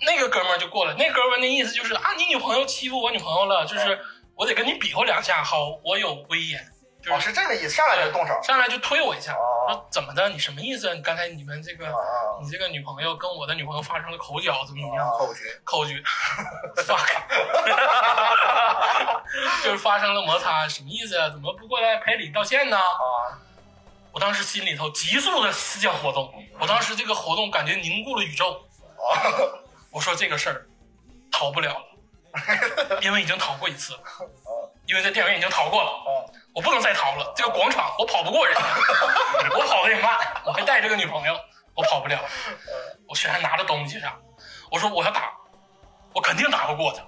[SPEAKER 2] 那个哥们儿就过来，那哥们儿那意思就是啊，你女朋友欺负我女朋友了，就是我得跟你比划两下，好，我有威严，
[SPEAKER 3] 哦，
[SPEAKER 2] 就是
[SPEAKER 3] 是这个意思，上来就动手。
[SPEAKER 2] 上来就推我一下，
[SPEAKER 3] 哦
[SPEAKER 2] 说怎么的，你什么意思？啊你刚才你们这个
[SPEAKER 3] 啊啊！
[SPEAKER 2] 你这个女朋友跟我的女朋友发生了口角，怎么怎么样？
[SPEAKER 3] 口诀。
[SPEAKER 2] 口 诀，fuck，就是发生了摩擦，什么意思啊？怎么不过来赔礼道歉呢？
[SPEAKER 3] 啊，
[SPEAKER 2] 我当时心里头急速的思想活动，我当时这个活动感觉凝固了宇宙。我说这个事儿逃不了了，因为已经逃过一次了，因为在电影院已经逃过了，
[SPEAKER 3] 哦
[SPEAKER 2] 我不能再逃了。这个广场我跑不过人家， 我跑的也慢，我还带着个女朋友，我跑不了。我虽然拿着东西啥，我说我要打，我肯定打不过他，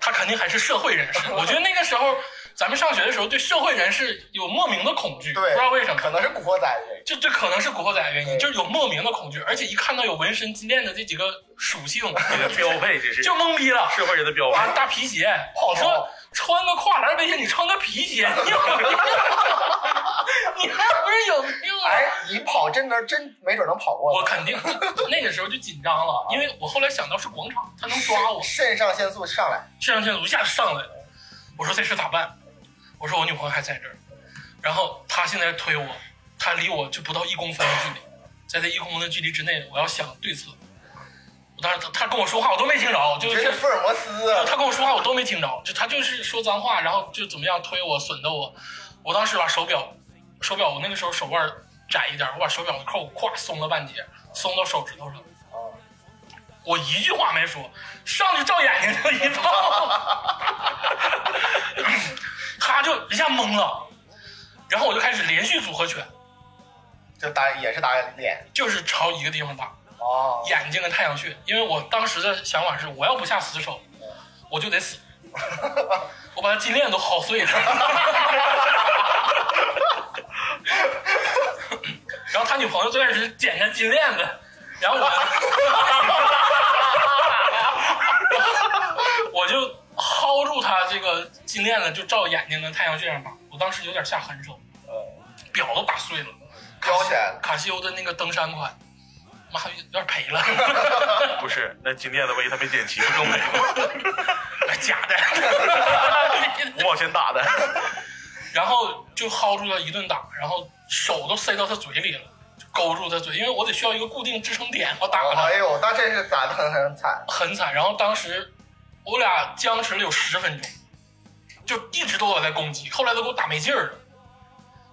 [SPEAKER 2] 他肯定还是社会人士。我觉得那个时候咱们上学的时候对社会人士有莫名的恐惧，不
[SPEAKER 3] 对
[SPEAKER 2] 知道为什么，
[SPEAKER 3] 可能是古惑仔这
[SPEAKER 2] 就这可能是古惑仔的原因，
[SPEAKER 3] 对
[SPEAKER 2] 就是有莫名的恐惧，而且一看到有纹身、金链子这几个属 性，
[SPEAKER 4] 你的标配这是
[SPEAKER 2] 就懵逼了。
[SPEAKER 4] 社会人的标
[SPEAKER 2] 啊，
[SPEAKER 4] 配。
[SPEAKER 2] 大皮鞋，
[SPEAKER 3] 好
[SPEAKER 2] 我说穿个跨栏背心，你穿个皮鞋，你有病啊！ 你还不是有病
[SPEAKER 3] 个。
[SPEAKER 2] 啊？
[SPEAKER 3] 哎，你跑真的真没准能跑过
[SPEAKER 2] 我
[SPEAKER 3] 的。
[SPEAKER 2] 肯定那个时候就紧张了，因为我后来想到是广场，他能抓我，
[SPEAKER 3] 肾上腺素上来，
[SPEAKER 2] 肾上腺素一下就上来了。我说这事咋办？我说我女朋友还在这儿，然后她现在推我，她离我就不到一公分的距离，在这一公分的距离之内，我要想对策。我当时她她跟我说话我都没听着，就
[SPEAKER 3] 你
[SPEAKER 2] 是
[SPEAKER 3] 这是福尔摩斯 啊！
[SPEAKER 2] 她跟我说话我都没听着，就她就是说脏话，然后就怎么样推我损的我，我当时把手表，手表我那个时候手腕窄一点，我把手表的扣咵松了半截，松到手指头上。
[SPEAKER 3] 哦
[SPEAKER 2] 我一句话没说，上去照眼睛就一炮， 他就一下懵了，然后我就开始连续组合拳，
[SPEAKER 3] 就打也是打脸
[SPEAKER 2] 就是朝一个地方打，
[SPEAKER 3] 哦，
[SPEAKER 2] 眼睛跟太阳穴，因为我当时的想法是，我要不下死手，我就得死，我把他金链都薅碎了。然后他女朋友最开始是捡下金链子，然后我，我就薅住他这个金链子，就照眼睛跟太阳穴上打。我当时有点下狠手，表都打碎了，卡
[SPEAKER 3] 标
[SPEAKER 2] 西
[SPEAKER 3] 签
[SPEAKER 2] 卡西欧的那个登山款，妈有点赔了。
[SPEAKER 4] 不是，那金链子万一他没捡齐，不更美吗？
[SPEAKER 2] 假的。
[SPEAKER 4] 五毛钱打的，
[SPEAKER 2] 然后就薅住他一顿打，然后手都塞到他嘴里了，就勾住他嘴，因为我得需要一个固定支撑点，我打他
[SPEAKER 3] 哎，呦，那真是打的很很惨，
[SPEAKER 2] 很惨。然后当时我俩僵持了有十分钟，就一直都有在攻击，后来都给我打没劲儿了，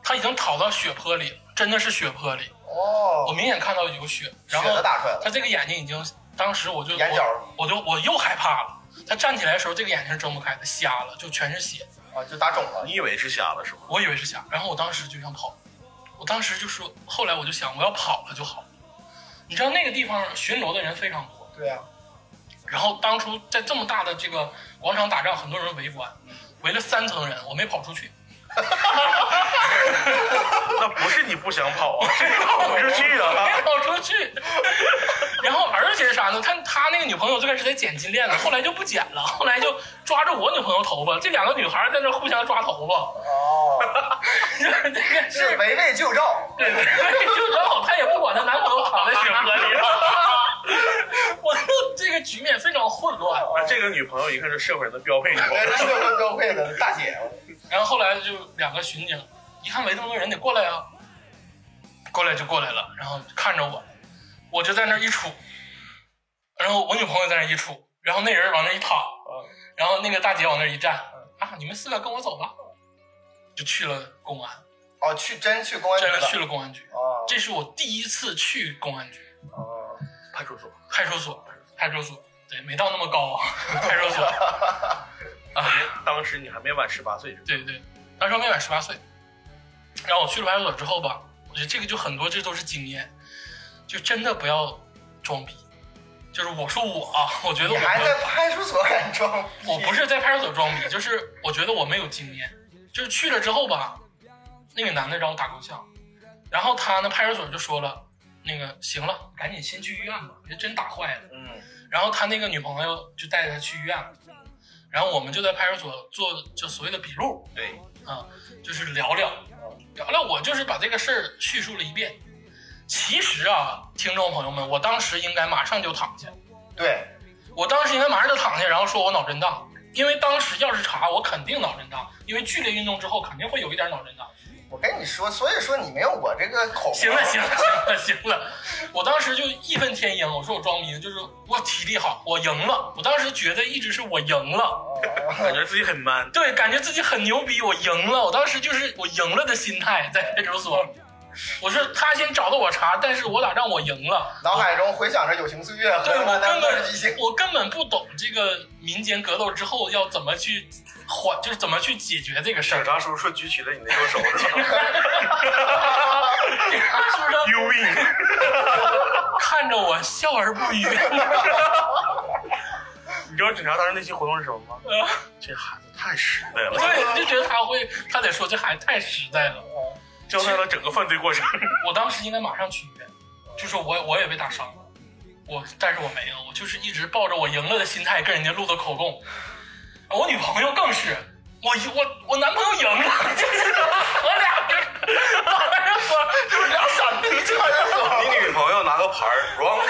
[SPEAKER 2] 他已经躺到血泊里了，真的是血泊里，我
[SPEAKER 3] 哦，
[SPEAKER 2] 明显看到有血，
[SPEAKER 3] 血
[SPEAKER 2] 然后
[SPEAKER 3] 都打出来
[SPEAKER 2] 他
[SPEAKER 3] 了，
[SPEAKER 2] 这个眼睛已经，当时我就
[SPEAKER 3] 眼角
[SPEAKER 2] 我我就我又害怕了。他站起来的时候，这个眼睛是睁不开的，瞎了，就全是血。
[SPEAKER 3] 啊，就打肿了，
[SPEAKER 4] 你以为是瞎了是吗？
[SPEAKER 2] 我以为是瞎，然后我当时就想跑，我当时就说，后来我就想我要跑了就好了。你知道那个地方巡逻的人非常多，
[SPEAKER 3] 对 啊呀，
[SPEAKER 2] 然后当初在这么大的这个广场打仗，很多人围观，围了三层人，我没跑出去，
[SPEAKER 4] 那不是你不想跑啊，是你跑不出去
[SPEAKER 2] 没
[SPEAKER 4] 啊。
[SPEAKER 2] 跑出去。然后而且是啥呢？他他那个女朋友最开始在剪金链子，后来就不剪了，后来就抓着我女朋友头发，这两个女孩在那互相抓头 发，
[SPEAKER 3] 哦，
[SPEAKER 2] 就是这个事
[SPEAKER 3] 是
[SPEAKER 2] 儿。
[SPEAKER 3] 围魏救 赵，
[SPEAKER 2] 对对对，就正好她也不管她男朋友躺在血 泊里， 我就这个局面非常混乱。
[SPEAKER 4] 那啊这个女朋友一看是社会人的标配女朋
[SPEAKER 3] 那
[SPEAKER 4] 友
[SPEAKER 3] 是，
[SPEAKER 5] 哎
[SPEAKER 3] 社 会标配的大姐，
[SPEAKER 2] 然后后来就两个巡警，一看围这么多人，得过来啊，过来就过来了，然后看着我，我就在那儿一杵，然后我女朋友在那儿一杵，然后那人往那儿一躺，
[SPEAKER 4] 啊
[SPEAKER 2] 然后那个大姐往那儿一站，啊，你们四个跟我走吧，就去了公安，
[SPEAKER 3] 哦，去真去公安局
[SPEAKER 2] 真的
[SPEAKER 3] 了，
[SPEAKER 2] 去了公安局，
[SPEAKER 3] 哦，
[SPEAKER 2] 这是我第一次去公安局。
[SPEAKER 3] 哦
[SPEAKER 4] 派出所
[SPEAKER 2] 派出所，派出所，对，没到那么高啊， 派出所，啊，
[SPEAKER 4] 哎当时你还没满十八岁是吧？
[SPEAKER 2] 对对，当时我没满十八岁，然后我去了派出所之后吧，我觉得这个就很多，这都是经验，就真的不要装逼，就是我说我啊，我觉得
[SPEAKER 3] 你
[SPEAKER 2] 我
[SPEAKER 3] 还在
[SPEAKER 2] 不
[SPEAKER 3] 派出所还装逼，
[SPEAKER 2] 我不是在派出所装逼，就是我觉得我没有经验，就是去了之后吧，那个男的让我打够呛，然后他呢派出所就说了，那个行了，赶紧先去医院吧，别真打坏了。
[SPEAKER 3] 嗯，
[SPEAKER 2] 然后他那个女朋友就带着他去医院了，然后我们就在派出所做就所谓的笔录
[SPEAKER 4] 对，
[SPEAKER 2] 啊，就是聊聊聊聊，我就是把这个事儿叙述了一遍。其实啊，听众朋友们，我当时应该马上就躺下，
[SPEAKER 3] 对，
[SPEAKER 2] 我当时应该马上就躺下，然后说我脑震荡，因为当时要是查，我肯定脑震荡，因为剧烈运动之后肯定会有一点脑震荡。
[SPEAKER 3] 我跟你说，所以说你没有我这个口，
[SPEAKER 2] 行了，行了，行了，行了，我当时就义愤填膺，我说我装逼，就是我体力好，我赢了。我当时觉得一直是我赢了。
[SPEAKER 3] 哦，
[SPEAKER 4] 感觉自己很 man。
[SPEAKER 2] 对，感觉自己很牛逼，我赢了。我当时就是我赢了的心态在派出所。我是他先找到我茬，但是我咋让我赢了？
[SPEAKER 3] 脑海中回想着友情岁月和
[SPEAKER 2] 对我
[SPEAKER 3] 男
[SPEAKER 2] 根
[SPEAKER 3] 歌的激情
[SPEAKER 2] 本。我根本不懂这个民间格斗之后要怎么去缓，就是怎么去解决这个事
[SPEAKER 4] 警
[SPEAKER 2] 儿。
[SPEAKER 4] 察叔叔举起了你的右手，
[SPEAKER 2] 是不是
[SPEAKER 4] 幽冥。
[SPEAKER 2] 看着我笑而不语？
[SPEAKER 4] 你知道警察当时内心活动是什么吗？这孩子太实在了，
[SPEAKER 2] 对，就觉得他会，他得说这孩子太实在了。
[SPEAKER 4] 交代了整个犯罪过程。
[SPEAKER 2] 我当时应该马上去医院，就是我我也被打伤了，我但是我没有，我就是一直抱着我赢了的心态跟人家录的口供，我女朋友更是，我我我男朋友赢了， 就是我俩就是我就是俩闪避
[SPEAKER 3] 这派出所
[SPEAKER 2] 嗯
[SPEAKER 5] 你女朋友拿个牌儿 wrong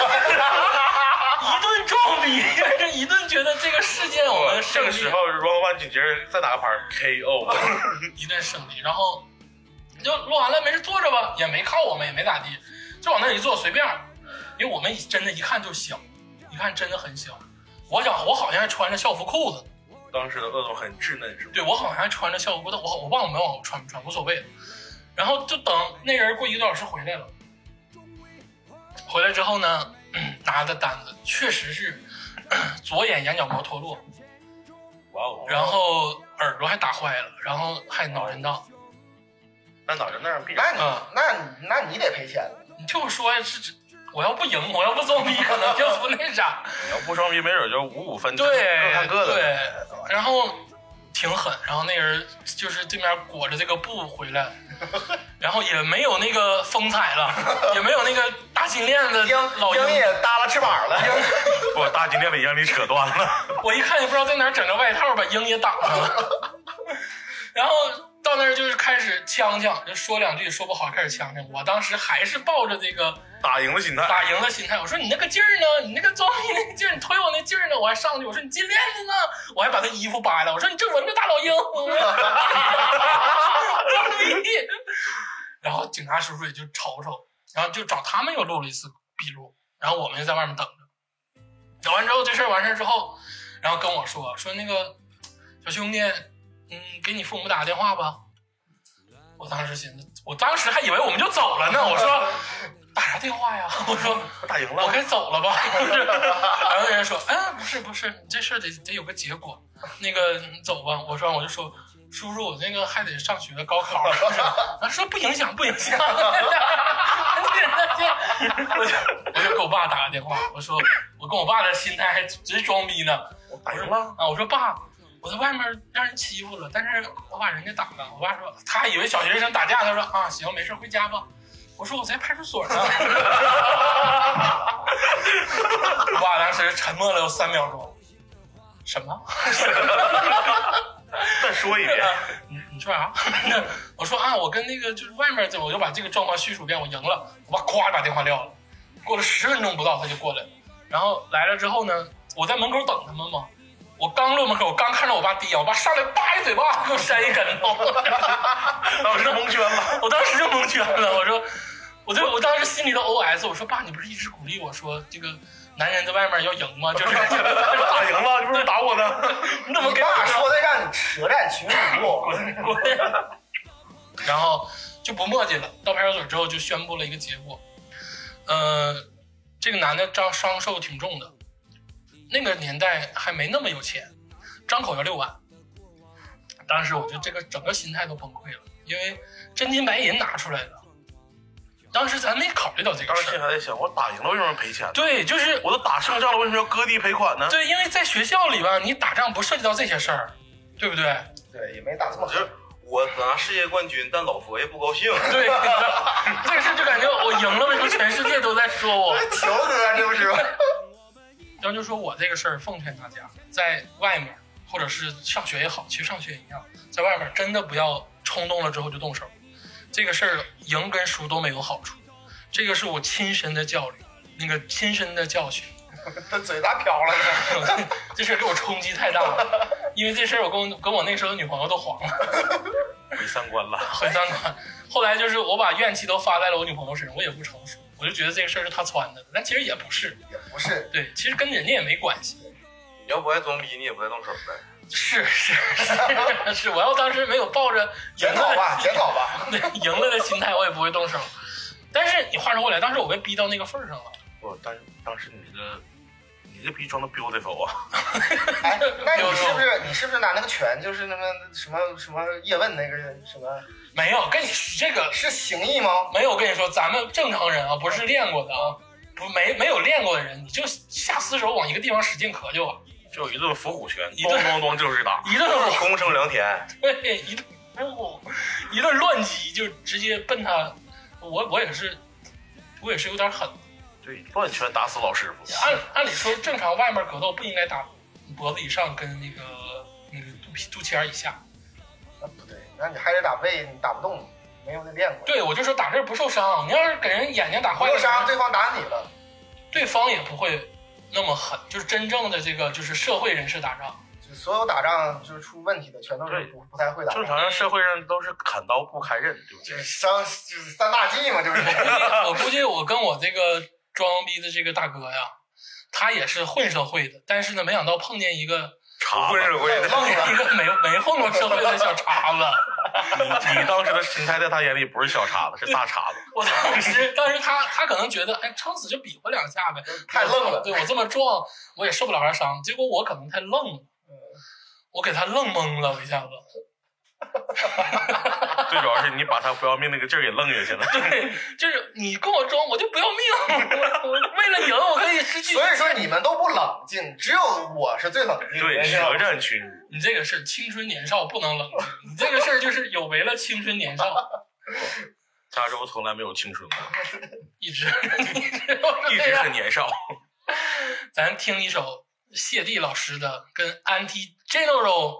[SPEAKER 5] one，
[SPEAKER 2] 一顿撞逼，就是一顿觉得这个事件我们
[SPEAKER 4] 这
[SPEAKER 2] 胜
[SPEAKER 4] 个
[SPEAKER 2] 利
[SPEAKER 4] 时候，Round One 紧接着再打个牌儿 KO，
[SPEAKER 2] 一顿胜利，然后就录完了，没事坐着吧，也没靠我们，也没咋地，就往那一坐随便儿，因为我们真的一看就小，一看真的很小。我想我好像还穿着校服裤子，
[SPEAKER 4] 当时的恶总很稚嫩，是吧？
[SPEAKER 2] 对我好像还穿着校服裤子，我我忘了没忘了穿不穿无所谓了。然后就等那人过一个多小时回来了，回来之后呢，拿的单子确实是 左眼眼角膜脱落，
[SPEAKER 4] 哇哦！
[SPEAKER 2] 然后耳朵还打坏了，然后还脑震荡，
[SPEAKER 4] 那早就那样必
[SPEAKER 3] 那
[SPEAKER 5] 哎
[SPEAKER 4] 然。
[SPEAKER 3] 你
[SPEAKER 2] 啊
[SPEAKER 3] 那你那你得赔钱，
[SPEAKER 2] 你听我说呀，是指我要不赢，我要不装逼，可能就不那 啥。
[SPEAKER 4] 你要不双逼，没准就五五分，
[SPEAKER 2] 对，
[SPEAKER 4] 各看各的。
[SPEAKER 2] 对，然后挺狠，然后那人就是对面裹着这个布回 来，然后也没有那个风采了，也没有那个大金链子
[SPEAKER 3] 鹰
[SPEAKER 2] 老
[SPEAKER 3] 鹰
[SPEAKER 2] 鹰。
[SPEAKER 3] 也耷拉翅膀 了，
[SPEAKER 4] 我大金链子也让你扯断了，
[SPEAKER 2] 我一看也不知道在哪儿整个外套把鹰也挡上 了，然后到那儿就是开始呛呛，就说两句说不好开始呛呛。我当时还是抱着这个
[SPEAKER 4] 打赢的心态。
[SPEAKER 2] 打赢的心态，我说你那个劲儿呢？你那个装逼那个劲儿，你推我那劲儿呢？我还上去，我说你金链子呢？我还把他衣服扒了，我说你这纹着大老鹰，装逼。然后警察叔叔也就瞅瞅，然后就找他们又录了一次笔录，然后我们就在外面等着。等完之后，这事儿完事儿之后，然后跟我说说那个小兄弟，嗯，给你父母打个电话吧。我当时寻思，我当时还以为我们就走了呢。我说打啥电话呀？ 我说
[SPEAKER 4] 打赢
[SPEAKER 2] 我
[SPEAKER 4] 了，
[SPEAKER 2] 该走了吧？然后人家说，哎，不是不是，你这事儿得得有个结果。那个你走吧，我说我就说，叔叔，我那个还得上学高考。他说不影响不影响。 我就我就给我爸打个电话，我说我跟我爸的心态还直装逼呢。
[SPEAKER 4] 打赢了，
[SPEAKER 2] 啊，我说爸，我在外面让人欺负了，但是我把人家打了。我爸说他以为小学生打架，他说啊行，没事回家吧。我说我在派出所呢。 我爸当时沉默了有三秒钟。什么？
[SPEAKER 4] 再说一遍。
[SPEAKER 2] 你你说啥？ 我说啊，我跟那个就是外面，我就把这个状况叙述一遍，我赢了。我爸咵把电话撂了。过了十分钟不到，他就过来了。然后来了之后呢，我在门口等他们嘛。我刚落门口，我刚看着我爸第一眼，我爸上来叭一嘴巴给我扇一跟头，
[SPEAKER 4] 当时蒙圈了，
[SPEAKER 2] 我当时就蒙圈了。我说，我就我当时心里头 OS，我说爸，你不是一直鼓励我说这个男人在外面要赢吗？就是
[SPEAKER 4] 打赢了，你不是打我呢？
[SPEAKER 2] 你怎么
[SPEAKER 3] 你
[SPEAKER 2] 给我
[SPEAKER 3] 爸说的让你舌 战群儒，
[SPEAKER 2] 然后就不墨迹了。到派出所之后就宣布了一个结果，呃，这个男的伤伤受挺重的，那个年代还没那么有钱，张口要六万。当时我就这个整个心态都崩溃了，因为真金白银拿出来了，当时咱没考虑到这个
[SPEAKER 4] 当时
[SPEAKER 2] 事
[SPEAKER 4] 心
[SPEAKER 2] 儿。
[SPEAKER 4] 还在想，我打赢了为什么要赔钱呢？
[SPEAKER 2] 对，就是
[SPEAKER 4] 我都打胜仗了，为什么要割地赔款呢？
[SPEAKER 2] 对，因为在学校里吧，你打仗不涉及到这些事儿，对不对？
[SPEAKER 3] 对，也没打这么
[SPEAKER 5] 我这
[SPEAKER 3] 狠，
[SPEAKER 5] 我拿世界冠军，但老佛爷不高兴。
[SPEAKER 2] 对，这个事儿就感觉我赢了，为什么全世界都在说我？
[SPEAKER 3] 球哥这不是吗？
[SPEAKER 2] 然后就说我这个事儿奉劝大家，在外面或者是上学也好，其实上学也一样，在外面真的不要冲动了之后就动手，这个事儿赢跟输都没有好处，这个是我亲身的教育，那个亲身的教训。
[SPEAKER 3] 这嘴咋瓢了？
[SPEAKER 2] 这事儿给我冲击太大了，因为这事儿我跟我跟我那时候的女朋友都黄了，
[SPEAKER 4] 毁三观了，
[SPEAKER 2] 很三观。后来就是我把怨气都发在了我女朋友身上，我也不成熟，我就觉得这个事儿是她撺的，但其实也不是，
[SPEAKER 3] 也不是，
[SPEAKER 2] 对，其实跟人家也没关系。
[SPEAKER 5] 你要不爱装逼，你也不爱动手呗。
[SPEAKER 2] 是是是是，我要当时没有抱着赢
[SPEAKER 3] 检讨
[SPEAKER 2] 了
[SPEAKER 3] 吧，检讨吧。
[SPEAKER 2] 对赢了的心态，我也不会动手。但是你话说回来，当时我被逼到那个份儿上了，
[SPEAKER 4] 不，当当时你这你这逼装的 beautiful 啊！
[SPEAKER 3] 哎，那你是不是你是不是拿那个拳，就是那个什么什么叶问那个什么？
[SPEAKER 2] 没有跟你这个
[SPEAKER 3] 是行义吗？
[SPEAKER 2] 没有跟你说，咱们正常人啊，不是练过的啊，不没没有练过的人，你就下死手往一个地方使劲咳就 完，
[SPEAKER 4] 就一顿伏虎拳，
[SPEAKER 2] 一顿
[SPEAKER 4] 咣咣咣就是打，
[SPEAKER 2] 一顿
[SPEAKER 5] 就是空城良田，
[SPEAKER 2] 对一顿不一顿乱击就直接奔他，我我也是我也是有点狠。
[SPEAKER 4] 对，乱拳打死老师傅。
[SPEAKER 2] 按按理说，正常外面格斗不应该打脖子以上跟那个那个肚皮肚脐眼以下。
[SPEAKER 3] 啊不对，那你还得打背，你打不动，没有那练过。
[SPEAKER 2] 对，我就说打这儿不受伤，你要是给人眼睛打
[SPEAKER 3] 不
[SPEAKER 2] 坏
[SPEAKER 3] 用
[SPEAKER 2] 了，
[SPEAKER 3] 伤，对方打你了，
[SPEAKER 2] 对方也不会那么狠。就是真正的这个就是社会人士打 仗，
[SPEAKER 3] 就所有打仗就是出问题的，全都是
[SPEAKER 4] 对
[SPEAKER 3] 不不太会打。
[SPEAKER 4] 正常人社会上都是砍刀不开刃，对不
[SPEAKER 3] 就
[SPEAKER 4] 对
[SPEAKER 3] 是？伤，就是三大忌嘛， 就是。
[SPEAKER 2] 我估计我跟我这个装逼的这个大哥呀，他也是混社会的，但是呢，没想到碰见一个
[SPEAKER 4] 查
[SPEAKER 5] 混
[SPEAKER 4] 吧，
[SPEAKER 5] 社会的。
[SPEAKER 2] 碰 见一个没没混过社会的小茬子。
[SPEAKER 4] 你当时的心态在他眼里不是小叉子，是大叉子。
[SPEAKER 2] 我当时，当时他他可能觉得，哎，撑死就比划两下呗，
[SPEAKER 3] 太愣了
[SPEAKER 2] 对我这么壮，我也受不了啥伤。结果我可能太愣了，我给他愣懵了，我一下子。
[SPEAKER 4] 最主要是你把他不要命那个劲儿给愣下去了。
[SPEAKER 2] 对，就是你跟我装，我就不要命，我我为了赢，我可以失去。
[SPEAKER 3] 所以说你们都不冷静，只有我是最冷静的。
[SPEAKER 4] 对，啊
[SPEAKER 3] 你知道
[SPEAKER 4] 舌
[SPEAKER 3] 吗
[SPEAKER 4] 战群儒。
[SPEAKER 2] 你这个事儿，青春年少不能冷静，你这个事儿就是有违了青春年少，
[SPEAKER 4] 加州从来没有青春过，
[SPEAKER 2] 一直 一直都
[SPEAKER 4] 一
[SPEAKER 2] 是这
[SPEAKER 4] 直是
[SPEAKER 2] 样。
[SPEAKER 4] 年少。
[SPEAKER 2] 咱听一首谢帝老师的跟 Anti General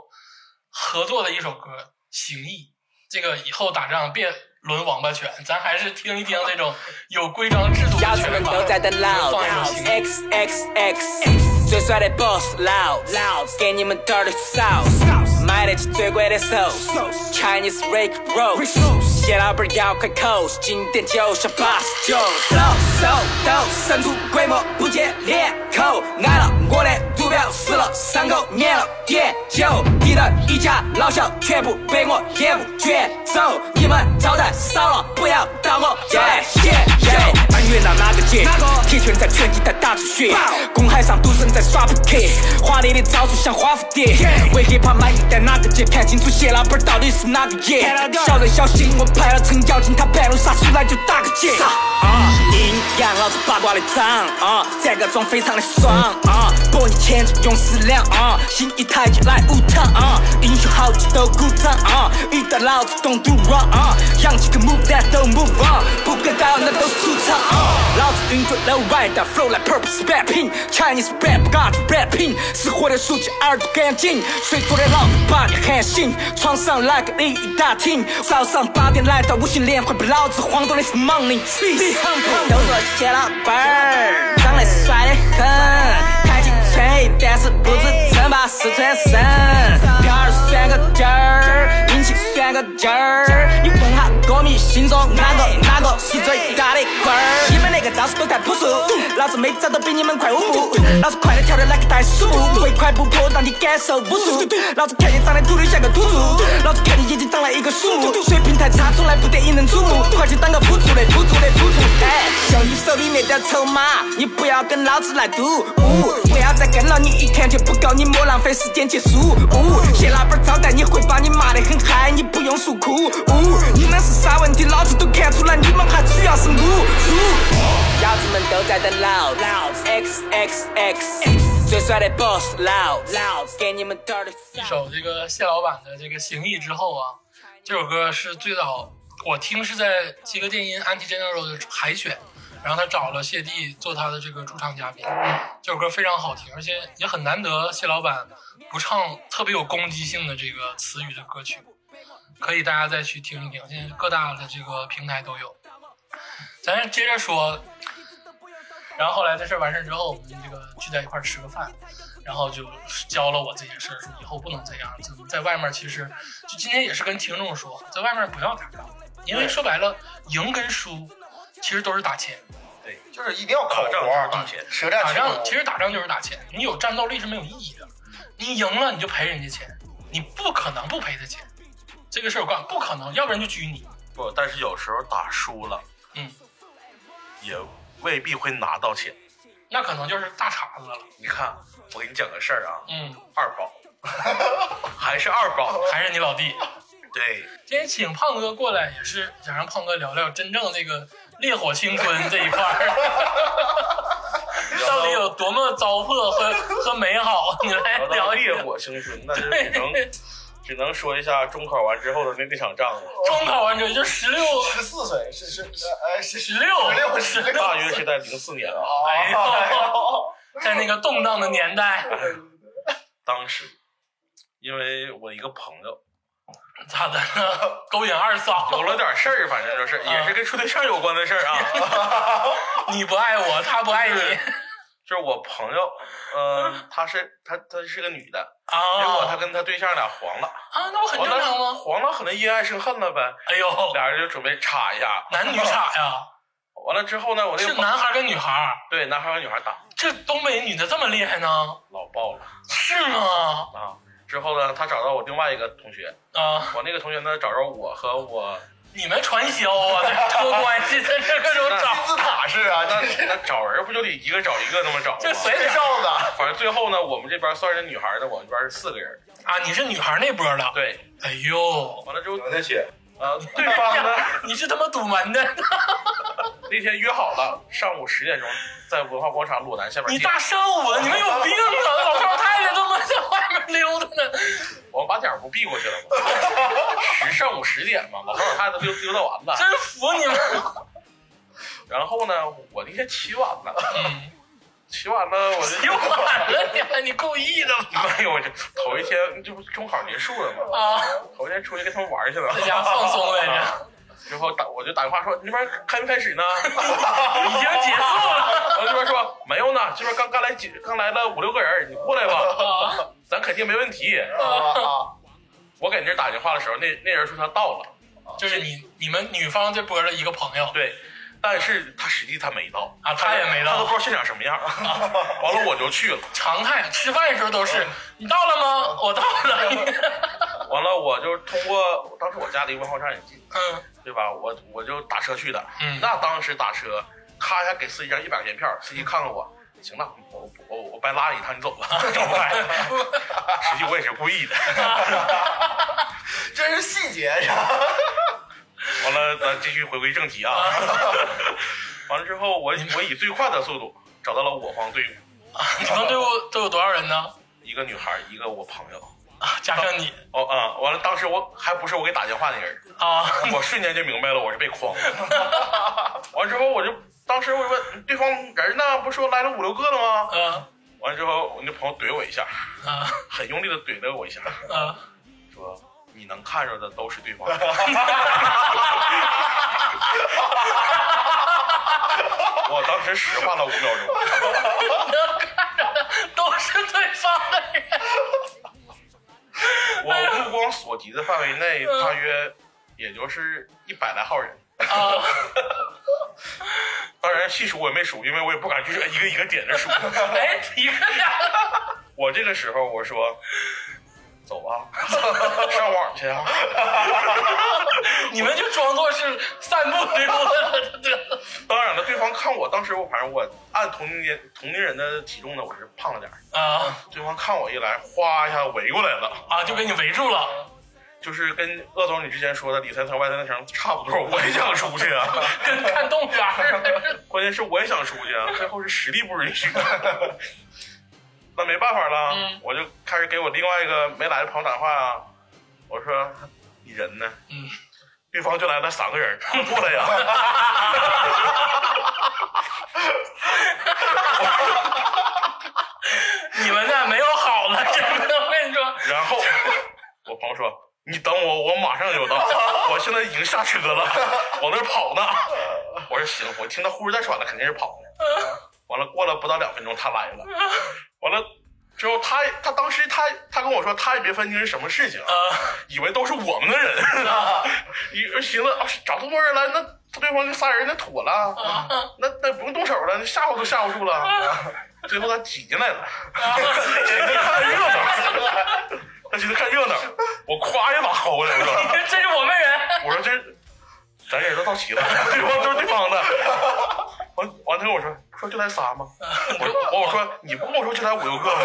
[SPEAKER 2] 合作的一首歌《行义》，这个以后打仗别抡王八拳，咱还是听一听这种有规章制度
[SPEAKER 6] 要
[SPEAKER 2] 的
[SPEAKER 6] 什么
[SPEAKER 2] 拳法。
[SPEAKER 6] 都在的唠
[SPEAKER 2] 放一首
[SPEAKER 6] 唠
[SPEAKER 2] 行义
[SPEAKER 6] ，X X X，最帅的 boss 唠唠，给你们 dirty sauce，买得起最贵的 sauce，Chinese break roll，谢老板要开口，今天就是 boss 就唠手抖，删除规模不接裂口，挨了我的毒镖，死了伤口，灭了点酒，敌人一家老小全部被我业务卷走，你们招待少了，不要到我耶耶耶。安岳那哪个界？铁拳在拳击在打出血，公海上赌神在耍扑克，华丽的招数像花蝴蝶。为 hiphop 买你在哪个界？看清楚谢老板到底是哪个爷。小人小心，我派了程咬金，他半路杀出来就打个结。啊，阴阳老子八卦的长啊，这个妆非常的爽啊，博你千金用四两啊，新一台就来五趟啊，英雄豪杰都鼓掌啊，遇到老子 don't do wrong 啊，扬起个牡丹都 move on，不跟到那都是出场啊，老子云滚楼外的 flow 来 purpose rap pin Chinese rap god rap pin，死活的竖起耳朵干净，谁做的老子把你喊醒，床上来个你一大厅，早上八点来到五星连环，被老子晃动的是 morning tree，都说谢老板儿长得帅得很。开进吹，但是不是称霸四川省。票儿算个鸡儿，运气算个鸡儿。你问下歌迷心中哪个哪个是最大的官儿？你们那个招式都太朴素，老子每招都比你们快五步。老子快的跳的那个太舒服，唯快不破让你感受无助。老子看你长得土的像个土著，老子看你眼睛长了一个鼠目，水平太差从来不得引人瞩目。快去当个辅助的辅助的辅助，哎，就你手里那点筹码，你不要跟老子来赌。呜，不要再跟了，你一看就不够，你莫浪费时间去输。呜，谢老板招待你会把你骂得很嗨，你不用诉苦。呜，你们是啥问题，老子都看出来，你们还主要是我。呜婊子们都在等老老 X X X，最帅的 boss 老老，给你们 dirty
[SPEAKER 2] 一首这个谢老板的这个《行义》之后啊，这首歌是最早我听是在七个电音 Anti General 的海选，然后他找了谢帝做他的这个驻唱嘉宾，这首歌非常好听，而且也很难得谢老板不唱特别有攻击性的这个词语的歌曲，可以大家再去听一听，现在各大的这个平台都有。咱接着说，然后后来这事儿完事儿之后，我们这个聚在一块儿吃个饭，然后就教了我这些事儿，说以后不能这样。就在外面，其实就今天也是跟听众说，在外面不要打仗，因为说白了，赢跟输其实都是打钱。
[SPEAKER 3] 就是一定要口
[SPEAKER 4] 打仗
[SPEAKER 3] 活儿
[SPEAKER 4] 就是打钱，
[SPEAKER 3] 舌战
[SPEAKER 2] 打
[SPEAKER 3] 群
[SPEAKER 2] 仗
[SPEAKER 3] 儒。
[SPEAKER 2] 其实打仗就是打钱，你有战斗力是没有意义的。你赢了你就赔人家钱，你不可能不赔他钱。这个事儿我告诉你，不可能，要不然就拘你。
[SPEAKER 4] 不，但是有时候打输了，
[SPEAKER 2] 嗯，
[SPEAKER 4] 也未必会拿到钱。
[SPEAKER 2] 那可能就是大碴子了。
[SPEAKER 4] 你看，我给你讲个事儿啊，
[SPEAKER 2] 嗯，
[SPEAKER 4] 二宝，还是二宝，
[SPEAKER 2] 还是你老弟。
[SPEAKER 4] 对，
[SPEAKER 2] 今天请胖哥过来也是想让胖哥聊聊真正这个烈火青春这一块儿， 到底有多么糟粕和和美好？你来
[SPEAKER 4] 聊
[SPEAKER 2] 哎
[SPEAKER 4] 到
[SPEAKER 2] 聊一
[SPEAKER 4] 烈
[SPEAKER 2] 聊。
[SPEAKER 4] 火青春，那就只能只能说一下中考完之后的那那场 仗了。
[SPEAKER 2] 中考完之后就十六，
[SPEAKER 3] 十四岁是是呃十
[SPEAKER 2] 十六
[SPEAKER 3] 六十六，
[SPEAKER 4] 大约是在零四年啊，
[SPEAKER 2] 哎呦
[SPEAKER 3] 哦
[SPEAKER 2] 在那个动荡的年代，
[SPEAKER 4] 当时因为我一个朋友
[SPEAKER 2] 咋的了？勾引二
[SPEAKER 4] 有
[SPEAKER 2] 嫂，
[SPEAKER 4] 了点事儿，反正
[SPEAKER 2] 嗯
[SPEAKER 4] 就是也是跟处对象有关的事儿啊，
[SPEAKER 2] 你不爱我，他不爱你
[SPEAKER 4] 就是我朋友，嗯，她是她她是个女的，
[SPEAKER 2] 啊
[SPEAKER 4] 结果她跟她对象俩黄了，
[SPEAKER 2] 啊，那不很
[SPEAKER 4] 黄
[SPEAKER 2] 正常
[SPEAKER 4] 了
[SPEAKER 2] 吗？
[SPEAKER 4] 黄了可能因爱生恨了呗，
[SPEAKER 2] 哎呦，
[SPEAKER 4] 俩人就准备插一下，
[SPEAKER 2] 男女差呀，
[SPEAKER 4] 完了之后呢，我那
[SPEAKER 2] 是
[SPEAKER 4] 个朋
[SPEAKER 2] 男孩跟女孩，
[SPEAKER 4] 对男孩和女孩打
[SPEAKER 2] 这东北女的这么厉害呢？
[SPEAKER 4] 老爆了
[SPEAKER 2] 是吗？
[SPEAKER 4] 啊，之后呢，他找到我另外一个同学，
[SPEAKER 2] 啊。
[SPEAKER 4] 我那个同学呢找着我和我
[SPEAKER 2] 你们传销啊，这托关系，在这各种
[SPEAKER 3] 金
[SPEAKER 2] 找，
[SPEAKER 3] 字塔式啊，
[SPEAKER 4] 那
[SPEAKER 3] 这
[SPEAKER 4] 那找人不就得一个找一个那么找吗？
[SPEAKER 2] 这随
[SPEAKER 3] 这
[SPEAKER 2] 便
[SPEAKER 3] 哨 子。
[SPEAKER 4] 反正最后呢，我们这边算是女孩的，我们这边是四个人。
[SPEAKER 2] 啊！你是女孩那波的，
[SPEAKER 4] 对，
[SPEAKER 2] 哎呦，
[SPEAKER 4] 完了之后
[SPEAKER 5] 有那些
[SPEAKER 4] 呃，对方呢
[SPEAKER 2] 你是他妈堵门 的，
[SPEAKER 4] 那天约好了上午十点钟在文化广场鲁南下边
[SPEAKER 2] 你
[SPEAKER 4] 见。
[SPEAKER 2] 大上午的，你们有病 啊！老头太太他妈在外面溜达呢，
[SPEAKER 4] 我们把点儿不避过去了吗？十上午十点嘛，老头老太太溜溜达完了。
[SPEAKER 2] 真服你们。
[SPEAKER 4] 然后呢，我那天起晚了，
[SPEAKER 2] 嗯，
[SPEAKER 4] 起晚了我
[SPEAKER 2] 你
[SPEAKER 4] 就
[SPEAKER 2] 晚了，你还你故意的吗？
[SPEAKER 4] 没有，我就头一天这不中考结束了吗？
[SPEAKER 2] 啊，
[SPEAKER 4] 头一天出去跟他们玩儿去了，
[SPEAKER 2] 在家放松 来着。
[SPEAKER 4] 之后打我就打电话说你那边开没开始呢？
[SPEAKER 2] 已
[SPEAKER 4] 已
[SPEAKER 2] 经结束了。
[SPEAKER 4] 然后这边说没有呢，这边刚刚来几刚来了五六个人，你过来吧，
[SPEAKER 2] 啊
[SPEAKER 4] 咱肯定没问题。
[SPEAKER 3] 啊
[SPEAKER 4] 我给那人打电话的时候，那那人说他到了，
[SPEAKER 2] 就是你你们女方这波的一个朋友，
[SPEAKER 4] 对，但是他实际他没到
[SPEAKER 2] 啊他也没到
[SPEAKER 4] 他都不知道现场什么样。 完了我就去了，
[SPEAKER 2] 常态吃饭的时候都
[SPEAKER 4] 嗯
[SPEAKER 2] 是你到了吗？我到 了。
[SPEAKER 4] 完了我就通过当时我家离文化站也近，
[SPEAKER 2] 嗯，
[SPEAKER 4] 对吧？我我就打车去的，
[SPEAKER 2] 嗯
[SPEAKER 4] 那当时打车，咔一下给司机张一百块钱票，司机看看我。行了，我我我白拉你一趟，你走吧，找不开。实际我也是故意的。
[SPEAKER 3] 啊！这是细节，是吧
[SPEAKER 4] 完了，咱继续回归正题啊。完了之后，我我以最快的速度找到了我方队伍，
[SPEAKER 2] 你们队伍都有多少人呢？
[SPEAKER 4] 一个女孩，一个我朋友。
[SPEAKER 2] 啊，加上你
[SPEAKER 4] 哦啊、完了，当时我还不是我给打电话那人，
[SPEAKER 2] 啊，
[SPEAKER 4] 我瞬间就明白了，我是被诓了。 完之后，我就当时我就问对方人呢，不是说来了五六个了吗？
[SPEAKER 2] 嗯
[SPEAKER 4] 完之后，我那朋友怼我一下，
[SPEAKER 2] 嗯
[SPEAKER 4] 很用力的怼了我一下，
[SPEAKER 2] 嗯，
[SPEAKER 4] 说你能看着的都是对方。 我当时石化了五秒钟。
[SPEAKER 2] 能看着的 都是对方的人。
[SPEAKER 4] 我目光所及的范围内，大约也就是一百来号人。
[SPEAKER 2] 啊，
[SPEAKER 4] 当然细数我也没数，因为我也不敢去 一个一个点着数。
[SPEAKER 2] 哎，一个俩，
[SPEAKER 4] 我这个时候我说，走啊， 上网去啊。
[SPEAKER 2] 你们就装作是散步溜达了，这
[SPEAKER 4] 当然了，对方看我当时我反正我按同龄年同龄人的体重呢，我是胖了点儿。
[SPEAKER 2] 啊
[SPEAKER 4] 对方看我一来，哗一下围过来了，
[SPEAKER 2] 啊，就给你围住了，
[SPEAKER 4] 就是跟鄂总你之前说的里三层外三层差不多，我也想出去啊。
[SPEAKER 2] 跟看动物园似的。
[SPEAKER 4] 关键是我也想出去啊，最后是实力不允许。那没办法了，
[SPEAKER 2] 嗯
[SPEAKER 4] 我就开始给我另外一个没来的朋友打电话啊，我说你人呢？
[SPEAKER 2] 嗯，
[SPEAKER 4] 对方就来了三个人， 过来呀！
[SPEAKER 2] 你们那没有好了，真的，我跟你说，
[SPEAKER 4] 然后我朋友说：“你等我，我马上就到， 我现在已经下车了， 往那儿跑呢。”我说：“行，我听他呼哧带喘的，肯定是跑呢。”完了，过了不到两分钟，他来了。完了之后他，他当时他他跟我说，他也没分清是什么事情，
[SPEAKER 2] 啊
[SPEAKER 4] 啊以为都是我们的人， 一寻思啊找这么多人来，那对方就仨人，那妥了，
[SPEAKER 2] 啊
[SPEAKER 4] 那那不用动手了，那吓唬都吓唬住了。啊最后他挤进 来了，寻思看热闹，他寻思看热闹，我夸一把薅来，我说。
[SPEAKER 2] 这是我们人。
[SPEAKER 4] 我说这咱人都到齐了，对方都是对方的。完完，他跟我说说就来仨吗？我说我说你不跟我说就来五六个吗？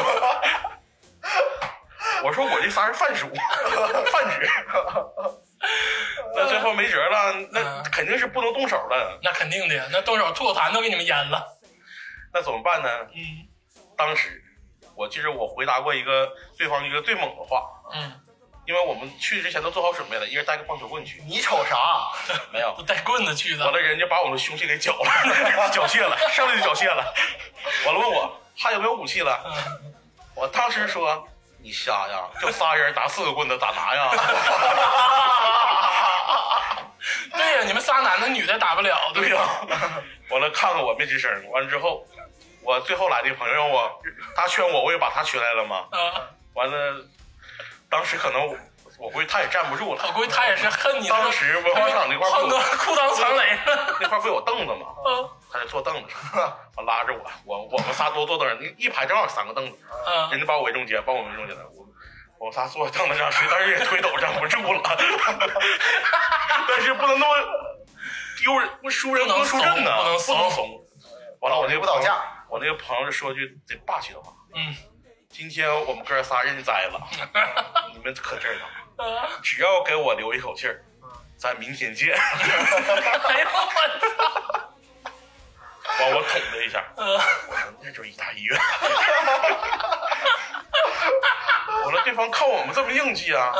[SPEAKER 4] 我说我这仨是饭叔，饭局。 那最后没辙了，那
[SPEAKER 2] 嗯
[SPEAKER 4] 肯定是不能动手了。
[SPEAKER 2] 那肯定的呀，那动手吐口痰都给你们淹了。
[SPEAKER 4] 那怎么办呢？
[SPEAKER 2] 嗯
[SPEAKER 4] 当时我记着我回答过一个对方一个最猛的话，
[SPEAKER 2] 嗯，
[SPEAKER 4] 因为我们去之前都做好准备了，一人带个棒球棍去，
[SPEAKER 3] 你瞅啥？
[SPEAKER 4] 没有
[SPEAKER 2] 都。带棍子去的
[SPEAKER 4] 完。了，人家啊把我们的凶器给缴 了，缴械了，上来就缴械了。完了问我还有没有武器了，
[SPEAKER 2] 嗯
[SPEAKER 4] 我当时说你瞎呀，就仨人打四个棍子，打啥呀？
[SPEAKER 2] 对呀，你们仨男的女的打不了，对
[SPEAKER 4] 对
[SPEAKER 2] 不
[SPEAKER 4] 呀、完了看看我没吱声，完了之后，我最后来的朋友让我他劝我，我也把他劝来了嘛。
[SPEAKER 2] 对？ 啊，
[SPEAKER 4] 完了，当时可能我我估计他也 站不住
[SPEAKER 2] 我
[SPEAKER 4] 了，
[SPEAKER 2] 估计他也是恨你。
[SPEAKER 4] 当时文化厂那块儿
[SPEAKER 2] 碰个裤裆藏雷了。哦
[SPEAKER 4] 那块不有凳子吗？他就坐凳子上，完拉着我，我我们仨都坐凳上，一排正好三个凳子。
[SPEAKER 2] 嗯
[SPEAKER 4] 人家把我围中间，把我围中间了。我我仨坐凳子上，谁当时也推都站不住了。 但是不能那么丢人，不输人
[SPEAKER 2] 不能
[SPEAKER 4] 输
[SPEAKER 2] 怂
[SPEAKER 4] 阵呢，
[SPEAKER 2] 不能怂
[SPEAKER 4] 不能怂。完了，我那个
[SPEAKER 3] 不倒
[SPEAKER 4] 朋友
[SPEAKER 3] 架，
[SPEAKER 4] 我那个朋友就说句贼霸气的话：
[SPEAKER 2] 嗯，
[SPEAKER 4] 今天我们哥仨认栽了，你们可知道，
[SPEAKER 2] 啊嗯
[SPEAKER 4] 只要给我留一口气儿，咱明天 见。
[SPEAKER 2] 哎呦我操！
[SPEAKER 4] 完我捅他一下，
[SPEAKER 2] 呃
[SPEAKER 4] 我说那就是一大医院。 我说对方看我们这么硬气啊，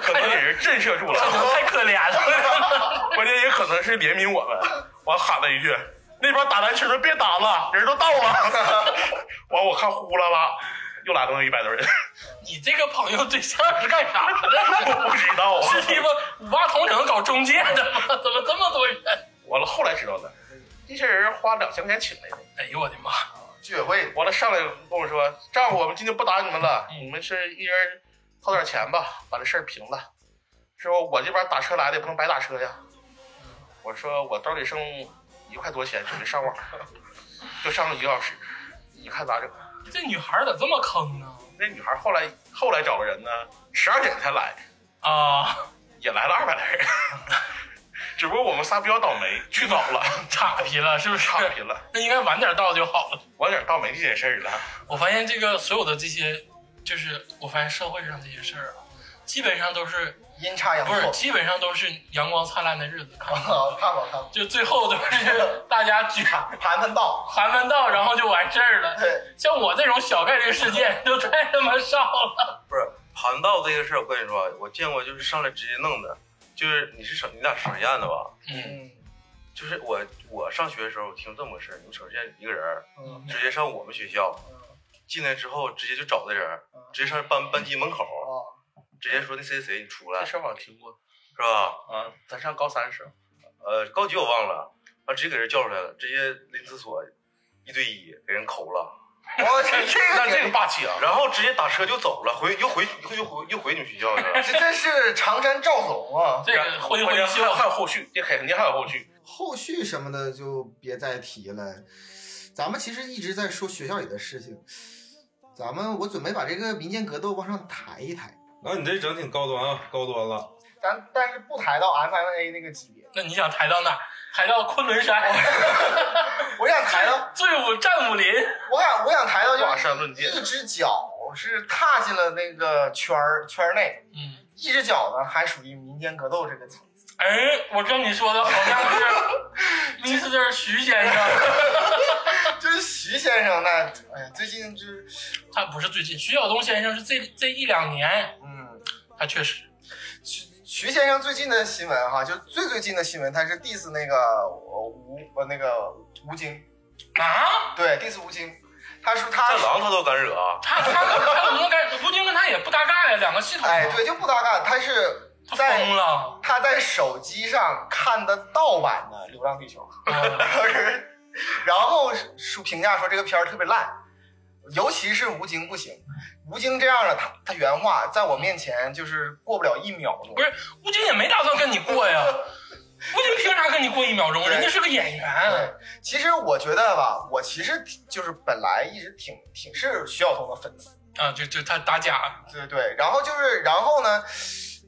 [SPEAKER 4] 可能也是震慑住了，
[SPEAKER 2] 嗯 太可怜了，
[SPEAKER 4] 关键也可能是怜悯我们。完喊了一句：“那边打篮球的别打了，人都 到了。”完我看呼啦啦又来了那么一百多人，
[SPEAKER 2] 你这个朋友对象是干啥的？
[SPEAKER 4] 我不知道啊。
[SPEAKER 2] 是鸡巴五八同城搞中介的吗？怎么这么多人？
[SPEAKER 4] 完了后来知道的，这些人花两千块钱请来的。
[SPEAKER 2] 哎呦我的妈！
[SPEAKER 3] 居委会
[SPEAKER 4] 完了上来跟我说：“丈夫，我们今天不打你们了，你们是一人掏点钱吧，把这事儿平了。”是不？我这边打车来的，也不能白打车呀。我说我兜里剩一块多钱，准备上网，就上了一个小时，你看咋整？啊
[SPEAKER 2] 这女孩咋这么坑呢？
[SPEAKER 4] 那女孩后来后来找个人呢，十二点才来，
[SPEAKER 2] 啊，
[SPEAKER 4] 也来了二百来人， 只不过我们仨比较倒霉，去早了，
[SPEAKER 2] 岔劈了是不是？
[SPEAKER 4] 差评了，
[SPEAKER 2] 那应该晚点到就好了。
[SPEAKER 4] 晚点倒霉这件事儿了。
[SPEAKER 2] 我发现这个所有的这些，就是我发现社会上这些事儿啊，基本上都是
[SPEAKER 3] 阴差阳
[SPEAKER 2] 不是，
[SPEAKER 3] 错。
[SPEAKER 2] 基本上都是阳光灿烂的日子，看 到
[SPEAKER 3] 啊，看过看过，
[SPEAKER 2] 就最后都是大家举
[SPEAKER 3] 盘盘道，
[SPEAKER 2] 盘盘道，然后就完事儿了。
[SPEAKER 3] 对，
[SPEAKER 2] 像我这种小概率事件就太他妈少了。
[SPEAKER 5] 不是盘道这个事儿，我跟你说，我见过就是上来直接弄的，就是你是省你俩省实验的吧？
[SPEAKER 2] 嗯，
[SPEAKER 3] 嗯
[SPEAKER 5] 就是我我上学的时候我听这么个事儿，你们省实验一个人儿
[SPEAKER 3] 嗯
[SPEAKER 5] 直接上我们学校，
[SPEAKER 4] 嗯
[SPEAKER 5] 进来之后直接就找的人儿，直接上班班级门口，
[SPEAKER 3] 哦，
[SPEAKER 5] 直接说那谁谁谁你出来
[SPEAKER 4] 这
[SPEAKER 5] 是
[SPEAKER 4] 事儿我听过
[SPEAKER 5] 吧？
[SPEAKER 4] 啊，咱上高三时候，
[SPEAKER 5] 呃，高级我忘了，完直接给人叫出来了，直接拎厕所一对一给人抠了，
[SPEAKER 3] 我这
[SPEAKER 4] 那这
[SPEAKER 3] 这
[SPEAKER 4] 个
[SPEAKER 3] 个
[SPEAKER 4] 霸气啊！
[SPEAKER 5] 然后直接打车就走了，回又回又又回又回你们学校去了。
[SPEAKER 3] 这真是长山赵总啊！
[SPEAKER 2] 这个会
[SPEAKER 4] 关
[SPEAKER 2] 会
[SPEAKER 4] 键
[SPEAKER 2] 希
[SPEAKER 4] 还有还
[SPEAKER 2] 望
[SPEAKER 4] 有后续，这肯定还有后续。
[SPEAKER 7] 后续什么的就别再提了。咱们其实一直在说学校里的事情，咱们我准备把这个民间格斗往上抬一抬。
[SPEAKER 8] 那你这整挺高端啊，高端了。
[SPEAKER 3] 咱但是不抬到 MMA 那个级别，
[SPEAKER 2] 那你想抬到哪儿？抬到昆仑山，
[SPEAKER 3] 我想抬 到，
[SPEAKER 2] 最武战武林，
[SPEAKER 3] 我想我想抬到
[SPEAKER 4] 华
[SPEAKER 3] 就是
[SPEAKER 4] 山论剑，
[SPEAKER 3] 一只脚是踏进了那个圈儿圈儿内，
[SPEAKER 2] 嗯。
[SPEAKER 3] 一只脚呢还属于民间格斗这个层次。
[SPEAKER 2] 哎，我跟你说的好像是 Mr. 徐先生，
[SPEAKER 3] 就是徐先生那，哎呀，最近就是，
[SPEAKER 2] 他不是最近，徐晓东先生是这这一两年，
[SPEAKER 3] 嗯，
[SPEAKER 2] 他确实
[SPEAKER 3] 徐徐先生最近的新闻哈，就最最近的新闻，他是 diss 那个呃吴呃那个吴京，
[SPEAKER 2] 啊，
[SPEAKER 3] 对 diss 吴京，他说
[SPEAKER 5] 战
[SPEAKER 3] 他
[SPEAKER 5] 狼他都敢惹啊！
[SPEAKER 2] 他他他怎么敢？吴京跟他也不搭嘎呀，两个系统，
[SPEAKER 3] 哎，对，就不搭嘎，他是
[SPEAKER 2] 他
[SPEAKER 3] 在
[SPEAKER 2] 疯了，
[SPEAKER 3] 他在手机上看的盗版的《流浪地球》 然后说评价说这个片儿特别烂，尤其是吴京不行，吴京这样的他他原话在我面前就是过不了一秒钟
[SPEAKER 2] 不。是吴京也没打算跟你过呀，吴京凭啥跟你过一秒钟？
[SPEAKER 3] 对
[SPEAKER 2] 人家是个演员，
[SPEAKER 3] 对，其实我觉得吧，我其实挺就是本来一直挺挺是徐晓彤的粉丝，
[SPEAKER 2] 啊，就就他打假，
[SPEAKER 3] 对对。然后就是，然后呢，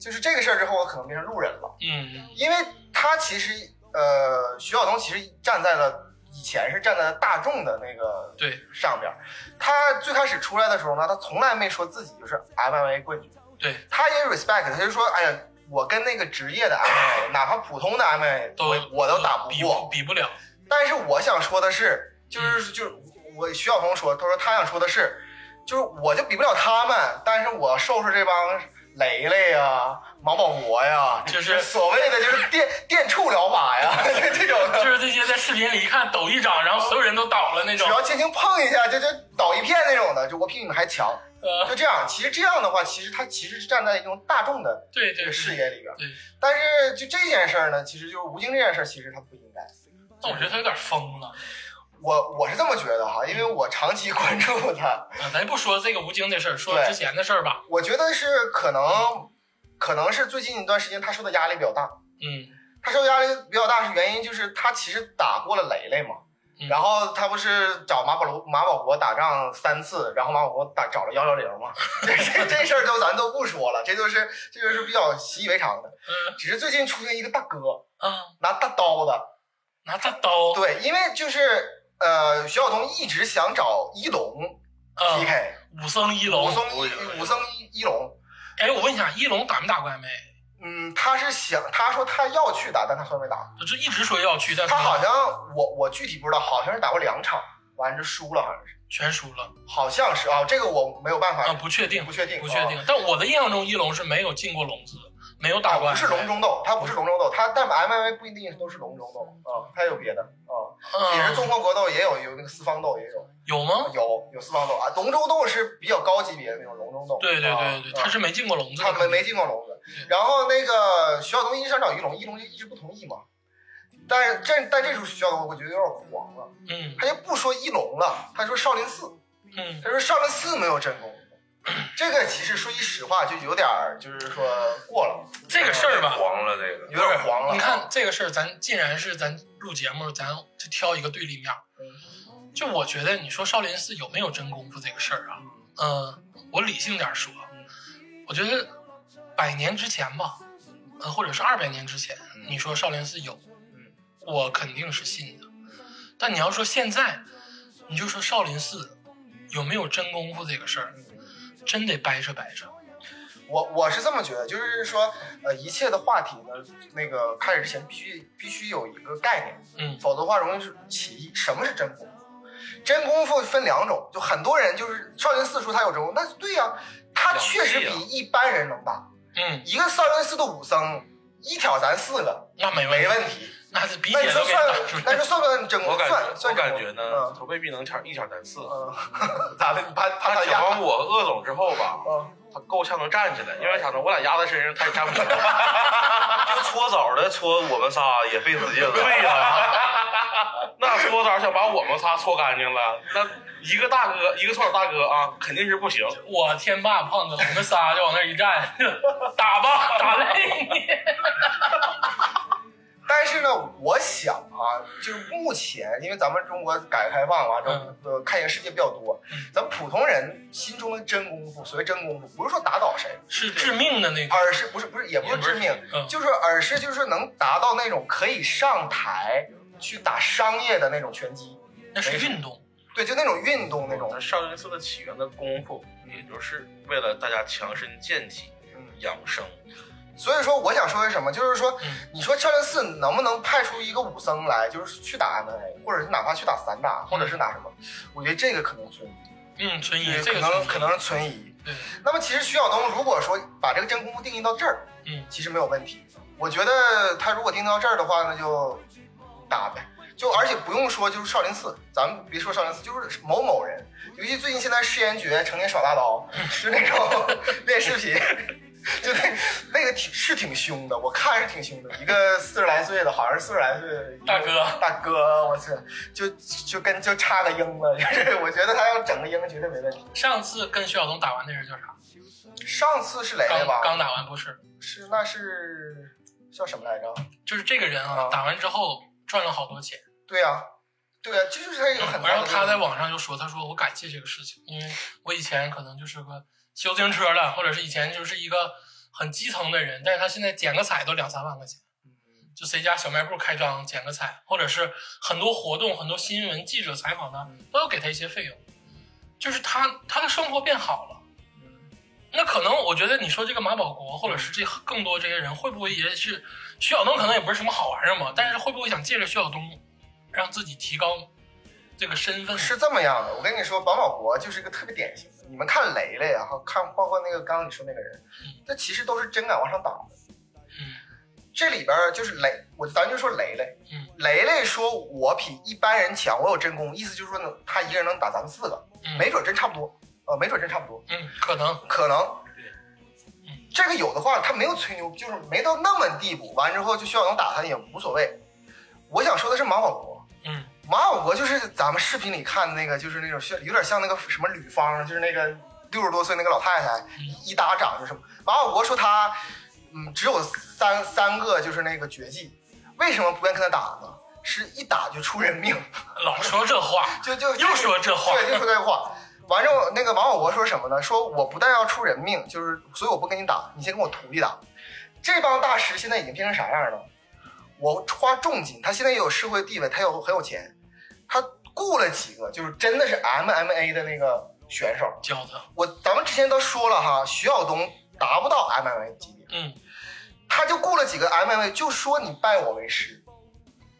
[SPEAKER 3] 就是这个事儿之后，我可能变成路人了。
[SPEAKER 2] 嗯，
[SPEAKER 3] 因为他其实呃，徐晓彤其实站在了以前是站在了大众的那个
[SPEAKER 2] 对
[SPEAKER 3] 上边儿。他最开始出来的时候呢，他从来没说自己就是 MMA 冠军，
[SPEAKER 2] 对，
[SPEAKER 3] 他也 respect，他就说，哎呀，我跟那个职业的 MMA，哪怕普通的 MMA，
[SPEAKER 2] 都
[SPEAKER 3] 我我都打不
[SPEAKER 2] 比
[SPEAKER 3] 过。
[SPEAKER 2] 比不了，
[SPEAKER 3] 但是我想说的是，
[SPEAKER 2] 嗯
[SPEAKER 3] 就是就是我徐晓彤说，他说他想说的是，就是我就比不了他们，但是我收拾这帮雷雷呀、王宝国呀，
[SPEAKER 2] 就是
[SPEAKER 3] 所谓的就是电电触疗 法呀，就这种的，
[SPEAKER 2] 就是这些在视频里一看抖一掌，然后所有人都倒了那
[SPEAKER 3] 只
[SPEAKER 2] 种，
[SPEAKER 3] 要轻轻碰一下就就倒一片那种的，就我比你们还强，
[SPEAKER 2] 呃，
[SPEAKER 3] 就这样。其实这样的话，其实他其实是站在一种大众的
[SPEAKER 2] 对
[SPEAKER 3] 这
[SPEAKER 2] 对
[SPEAKER 3] 个视
[SPEAKER 2] 是。
[SPEAKER 3] 野里边
[SPEAKER 2] 对，
[SPEAKER 3] 但是就这件事儿呢，其实就是吴京这件事儿，其实他不应该。
[SPEAKER 2] 但我觉得他有点疯了。
[SPEAKER 3] 我我是这么觉得哈，因为我长期关注他，
[SPEAKER 2] 啊，咱不说这个吴京的事儿，说
[SPEAKER 3] 对
[SPEAKER 2] 之前的事儿吧。
[SPEAKER 3] 我觉得是可能，可能是最近一段时间他受的压力比较大。
[SPEAKER 2] 嗯，
[SPEAKER 3] 他受压力比较大是原因就是他其实打过了磊磊嘛，
[SPEAKER 2] 嗯
[SPEAKER 3] 然后他不是找马保罗马保国打仗三次，然后马保国打找了幺幺零 嘛，这这这事儿都咱都不说了，这就是这就是比较习以为常的。
[SPEAKER 2] 嗯
[SPEAKER 3] 只是最近出现一个大哥
[SPEAKER 2] 啊，
[SPEAKER 3] 拿大刀的，
[SPEAKER 2] 拿大刀
[SPEAKER 3] 对，因为就是呃徐晓彤一直想找一龙
[SPEAKER 2] 啊，
[SPEAKER 3] PK，、
[SPEAKER 2] 武僧一
[SPEAKER 3] 武
[SPEAKER 2] 龙。
[SPEAKER 3] 松一武僧一一龙
[SPEAKER 2] 哎，我问一下，一龙打没打过 MMA？
[SPEAKER 3] 嗯，他是想，他说他要去打，但他从来没打。
[SPEAKER 2] 就一直说要去，但是
[SPEAKER 3] 他好像我我具体不知道，好像是打过两场，完就输了，好像是，
[SPEAKER 2] 全输了
[SPEAKER 3] 好像是啊，这个我没有办法
[SPEAKER 2] 啊，不确定，
[SPEAKER 3] 不确定哦
[SPEAKER 2] 不确定。但我的印象中，一龙是没有进过笼子，没有打过
[SPEAKER 3] 啊不是
[SPEAKER 2] MMA
[SPEAKER 3] 龙，中斗，他不是龙中斗，他但 MMA 不一定都是龙中斗啊，他有别的啊，也是哦
[SPEAKER 2] 嗯，
[SPEAKER 3] 综合格斗，也有有那个四方斗，也有
[SPEAKER 2] 有吗？
[SPEAKER 3] 有有四方斗啊，龙中斗是比较高级别的那种龙中斗，
[SPEAKER 2] 对对
[SPEAKER 3] 啊
[SPEAKER 2] 对对，他是没进过笼子的，
[SPEAKER 3] 他没没进过笼子。
[SPEAKER 2] 嗯
[SPEAKER 3] 然后那个徐晓东一直想找一龙，一龙就一直不同意嘛。但是这但这时候徐晓东我觉得有点狂了，
[SPEAKER 2] 嗯
[SPEAKER 3] 他就不说一龙了，他说少林寺，
[SPEAKER 2] 嗯，
[SPEAKER 3] 他说少林寺没有真功夫。这个其实说句实话，就有点儿就是说过了，
[SPEAKER 2] 这个事儿吧，
[SPEAKER 5] 黄了这个，
[SPEAKER 3] 有点黄了。
[SPEAKER 2] 你看这个事儿，咱既然是咱录节目，咱就挑一个对立面儿。就我觉得，你说少林寺有没有真功夫这个事儿啊？嗯，我理性点儿说，我觉得百年之前吧，呃，或者是二百年之前，
[SPEAKER 3] 嗯
[SPEAKER 2] 你说少林寺有，我肯定是信的。但你要说现在，你就说少林寺有没有真功夫这个事儿，
[SPEAKER 3] 嗯
[SPEAKER 2] 真得掰扯掰扯。
[SPEAKER 3] 我我是这么觉得，就是说，呃，一切的话题呢，那个开始之前必须必须有一个概念，
[SPEAKER 2] 嗯
[SPEAKER 3] 否则的话容易是起义。什么是真功夫？真功夫分两种，就很多人就是少林寺说他有真功夫，那对呀、他
[SPEAKER 5] 两
[SPEAKER 3] 确实
[SPEAKER 5] 技啊
[SPEAKER 3] 比一般人能打。
[SPEAKER 2] 嗯，
[SPEAKER 3] 一个少林寺的武僧一挑咱四个
[SPEAKER 2] 那没
[SPEAKER 3] 没问
[SPEAKER 2] 题，
[SPEAKER 3] 题，
[SPEAKER 2] 那是鼻
[SPEAKER 3] 那你
[SPEAKER 2] 血
[SPEAKER 3] 说
[SPEAKER 2] 都给
[SPEAKER 3] 算
[SPEAKER 2] 打出，
[SPEAKER 3] 那
[SPEAKER 2] 来
[SPEAKER 3] 你
[SPEAKER 2] 了。
[SPEAKER 3] 说算不算真功
[SPEAKER 4] 我
[SPEAKER 3] 夫？
[SPEAKER 4] 感
[SPEAKER 3] 算
[SPEAKER 4] 觉，我
[SPEAKER 3] 算真
[SPEAKER 4] 感
[SPEAKER 3] 功夫
[SPEAKER 4] 觉呢，
[SPEAKER 3] 嗯
[SPEAKER 4] 他未必能挑一挑咱四。
[SPEAKER 3] 嗯，咋的？你怕怕
[SPEAKER 4] 他
[SPEAKER 3] 他
[SPEAKER 4] 解
[SPEAKER 3] 压？
[SPEAKER 4] 放我恶总之后吧，
[SPEAKER 3] 嗯
[SPEAKER 4] 他够呛能站起来，因为啥呢？我俩压在身上，他也 站不起来。
[SPEAKER 5] 这个搓澡的搓我们仨也费死劲了。
[SPEAKER 4] 对呀、 那搓澡想把我们仨搓干净了，那一个大哥，一个搓澡大哥啊，肯定是不行。
[SPEAKER 2] 我天霸胖子，我们仨就往那儿一站， 打吧，打累 你。
[SPEAKER 3] 但是呢，我想啊，就是目前，因为咱们中国改革开放完之后
[SPEAKER 2] 嗯，
[SPEAKER 3] 呃，看一个世界比较多，
[SPEAKER 4] 嗯
[SPEAKER 3] 咱们普通人心中的真功夫，所谓真功夫，不是说打倒谁，
[SPEAKER 2] 是致命的啊那个，
[SPEAKER 3] 而是不是不是也不是致命，
[SPEAKER 2] 嗯
[SPEAKER 3] 就是而是就是能达到那种可以上台去打商业的那种拳击，
[SPEAKER 2] 那是运动。
[SPEAKER 3] 对，就那种运动那种
[SPEAKER 2] 嗯
[SPEAKER 4] 那，少林寺的起源的功夫，也就是为了大家强身健体、
[SPEAKER 3] 嗯
[SPEAKER 4] 养生。
[SPEAKER 3] 所以说，我想说的是什么，就是说
[SPEAKER 2] 嗯，
[SPEAKER 3] 你说少林寺能不能派出一个武僧来，就是去打 MMA，或者是哪怕去打散打，或者是打什么？我觉得这个可能存疑，
[SPEAKER 2] 嗯，存疑，嗯这个
[SPEAKER 3] 可能
[SPEAKER 2] 存疑
[SPEAKER 3] 可能是存疑。
[SPEAKER 2] 对，
[SPEAKER 3] 那么其实徐晓东如果说把这个真功夫定义到这儿，
[SPEAKER 2] 嗯，
[SPEAKER 3] 其实没有问题。我觉得他如果定义到这儿的话，那就打呗。就而且不用说，就是少林寺，咱们别说少林寺，就是某某人，尤其最近现在释延觉成天耍大刀，
[SPEAKER 2] 嗯
[SPEAKER 3] 就那种练视频， 就那那个挺是挺凶的，我看是挺凶的。一个四十来岁的，好像是四十来岁的一个
[SPEAKER 2] 大哥
[SPEAKER 3] 大哥，我去，就就跟就差个鹰了，就是 我觉得他要整个鹰绝对没问题。
[SPEAKER 2] 上次跟徐晓东打完那人叫啥？
[SPEAKER 3] 上次是雷雷
[SPEAKER 2] 刚
[SPEAKER 3] 吧？
[SPEAKER 2] 刚打完不是，
[SPEAKER 3] 是那是叫什么来着？
[SPEAKER 2] 就是这个人啊，
[SPEAKER 3] 啊
[SPEAKER 2] 打完之后赚了好多钱。
[SPEAKER 3] 对呀、对呀、这就是他一个很大的。
[SPEAKER 2] 然后他在，网上就说：“他说我感谢这个事情，因为我以前可能就是个修自行车的，或者是以前就是一个很基层的人，但是他现在剪个彩都两三万块钱，
[SPEAKER 3] 嗯
[SPEAKER 2] 就谁家小卖部开张剪个彩，或者是很多活动、很多新闻记者采访他，
[SPEAKER 3] 嗯
[SPEAKER 2] 都要给他一些费用，就是他他的生活变好了。那可能我觉得你说这个马保国，或者是这更多这些人，会不会也是徐晓东可能也不是什么好玩意儿嘛，但是会不会想借着徐晓东，让自己提高这个身份？
[SPEAKER 3] 是这么样的。我跟你说，王宝国就是一个特别典型的。你们看雷雷啊，看包括那个刚刚你说那个人，
[SPEAKER 2] 嗯
[SPEAKER 3] 这其实都是真敢往上打的。这里边儿就是雷，我咱就说雷雷，
[SPEAKER 2] 嗯
[SPEAKER 3] 雷雷说我比一般人强，我有真功，意思就是说呢，他一个人能打咱们四个，
[SPEAKER 2] 嗯
[SPEAKER 3] 没准真差不多，呃，没准真差不多。
[SPEAKER 2] 嗯，可能
[SPEAKER 3] 可能。这个有的话，他没有吹牛，就是没到那么地步。完之后就徐晓东打他也无所谓。我想说的是马保国，
[SPEAKER 2] 嗯，
[SPEAKER 3] 马保国就是咱们视频里看的那个，就是那种像有点像那个什么吕方，就是那个六十多岁那个老太太，一打掌就什么。马保国说他，嗯，只有三三个就是那个绝技，为什么不愿意跟他打呢？是一打就出人命，
[SPEAKER 2] 老说这话，
[SPEAKER 3] 就就
[SPEAKER 2] 又说这话，
[SPEAKER 3] 对，就说这话。完之后，那个王小国说什么呢？说我不但要出人命，就是所以我不跟你打，你先跟我徒弟打。这帮大师现在已经变成啥样了？我花重金，他现在也有社会地位，他有很有钱，他雇了几个就是真的是 MMA 的那个选手。
[SPEAKER 2] 教他，
[SPEAKER 3] 我咱们之前都说了哈，徐晓东达不到 MMA 级别，
[SPEAKER 2] 嗯，
[SPEAKER 3] 他就雇了几个 MMA，就说你拜我为师，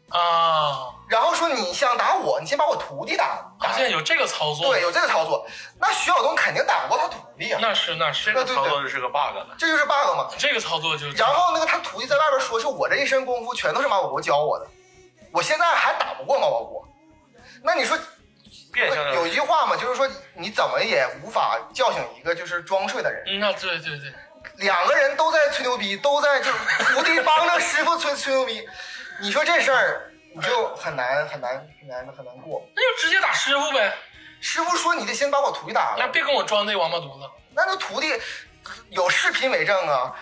[SPEAKER 2] 啊，
[SPEAKER 3] 然后说你想打我，你先把我徒弟打
[SPEAKER 2] 好
[SPEAKER 3] 打
[SPEAKER 2] 像有这个操作，
[SPEAKER 3] 对，有这个操作。那徐晓东肯定打不过他徒弟啊，
[SPEAKER 2] 那是那是
[SPEAKER 4] 这个操作就是个 bug 了。
[SPEAKER 3] 这就是 bug 嘛。
[SPEAKER 2] 这个操作就
[SPEAKER 3] 然后那个他徒弟在外边说，是我这一身功夫全都是马保国教我的，我现在还打不过马保国。那你说
[SPEAKER 4] 变相的
[SPEAKER 3] 有一句话嘛，就是说你怎么也无法叫醒一个就是装睡的人。
[SPEAKER 2] 嗯，那对对对，
[SPEAKER 3] 两个人都在吹牛逼，都在就是徒弟帮着师傅吹吹牛逼，你说这事儿你就很难很难很难很难过。
[SPEAKER 2] 那就直接打师傅呗，
[SPEAKER 3] 师傅说你得先把我徒弟打
[SPEAKER 2] 那
[SPEAKER 3] 了，
[SPEAKER 2] 别跟我装这王八犊子。
[SPEAKER 3] 那那徒弟有视频为证啊，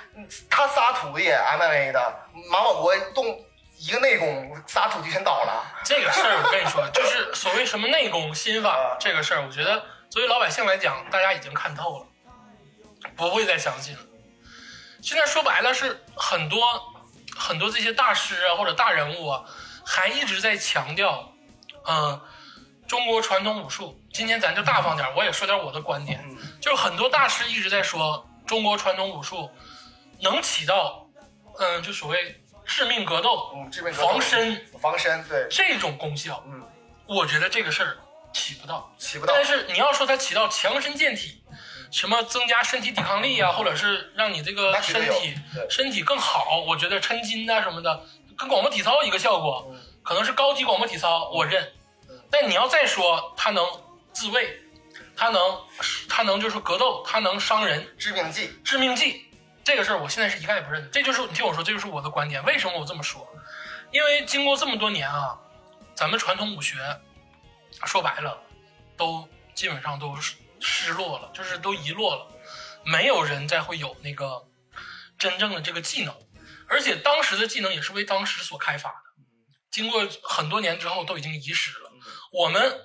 [SPEAKER 3] 他仨徒弟 MMA 的马保国动一个内功，仨徒弟全倒了。
[SPEAKER 2] 这个事儿我跟你说，就是所谓什么内功心法
[SPEAKER 3] 啊
[SPEAKER 2] 这个事儿，我觉得作为老百姓来讲，大家已经看透了，不会再相信了。现在说白了是很多很多这些大师啊或者大人物啊，还一直在强调，嗯、中国传统武术。今天咱就大方点儿，我也说点我的观点，就是很多大师一直在说中国传统武术能起到，嗯、就所谓致命格斗、
[SPEAKER 3] 嗯，这边
[SPEAKER 2] 防身。
[SPEAKER 3] 防身对
[SPEAKER 2] 这种功效，
[SPEAKER 3] 嗯，
[SPEAKER 2] 我觉得这个事儿起不到。
[SPEAKER 3] 起不到。嗯
[SPEAKER 2] 但是你要说它起到强身健体，什么增加身体抵抗力啊，或者是让你这个
[SPEAKER 3] 那绝
[SPEAKER 2] 身
[SPEAKER 3] 对有
[SPEAKER 2] 体
[SPEAKER 3] 对
[SPEAKER 2] 身体更好，我觉得抻筋啊什么的，跟广播体操一个效果，
[SPEAKER 3] 嗯
[SPEAKER 2] 可能是高级广播体操，我认。但你要再说它能自卫，它能它能就是格斗，它能伤人，
[SPEAKER 3] 致命技，
[SPEAKER 2] 致命技这个事儿，我现在是一概不认的。这就是你听我说，这就是我的观点。为什么我这么说？因为经过这么多年啊，咱们传统武学说白了，都基本上都失失落了，就是都遗落了，没有人再会有那个真正的这个技能。而且当时的技能也是为当时所开发的，经过很多年之后都已经遗失了。我们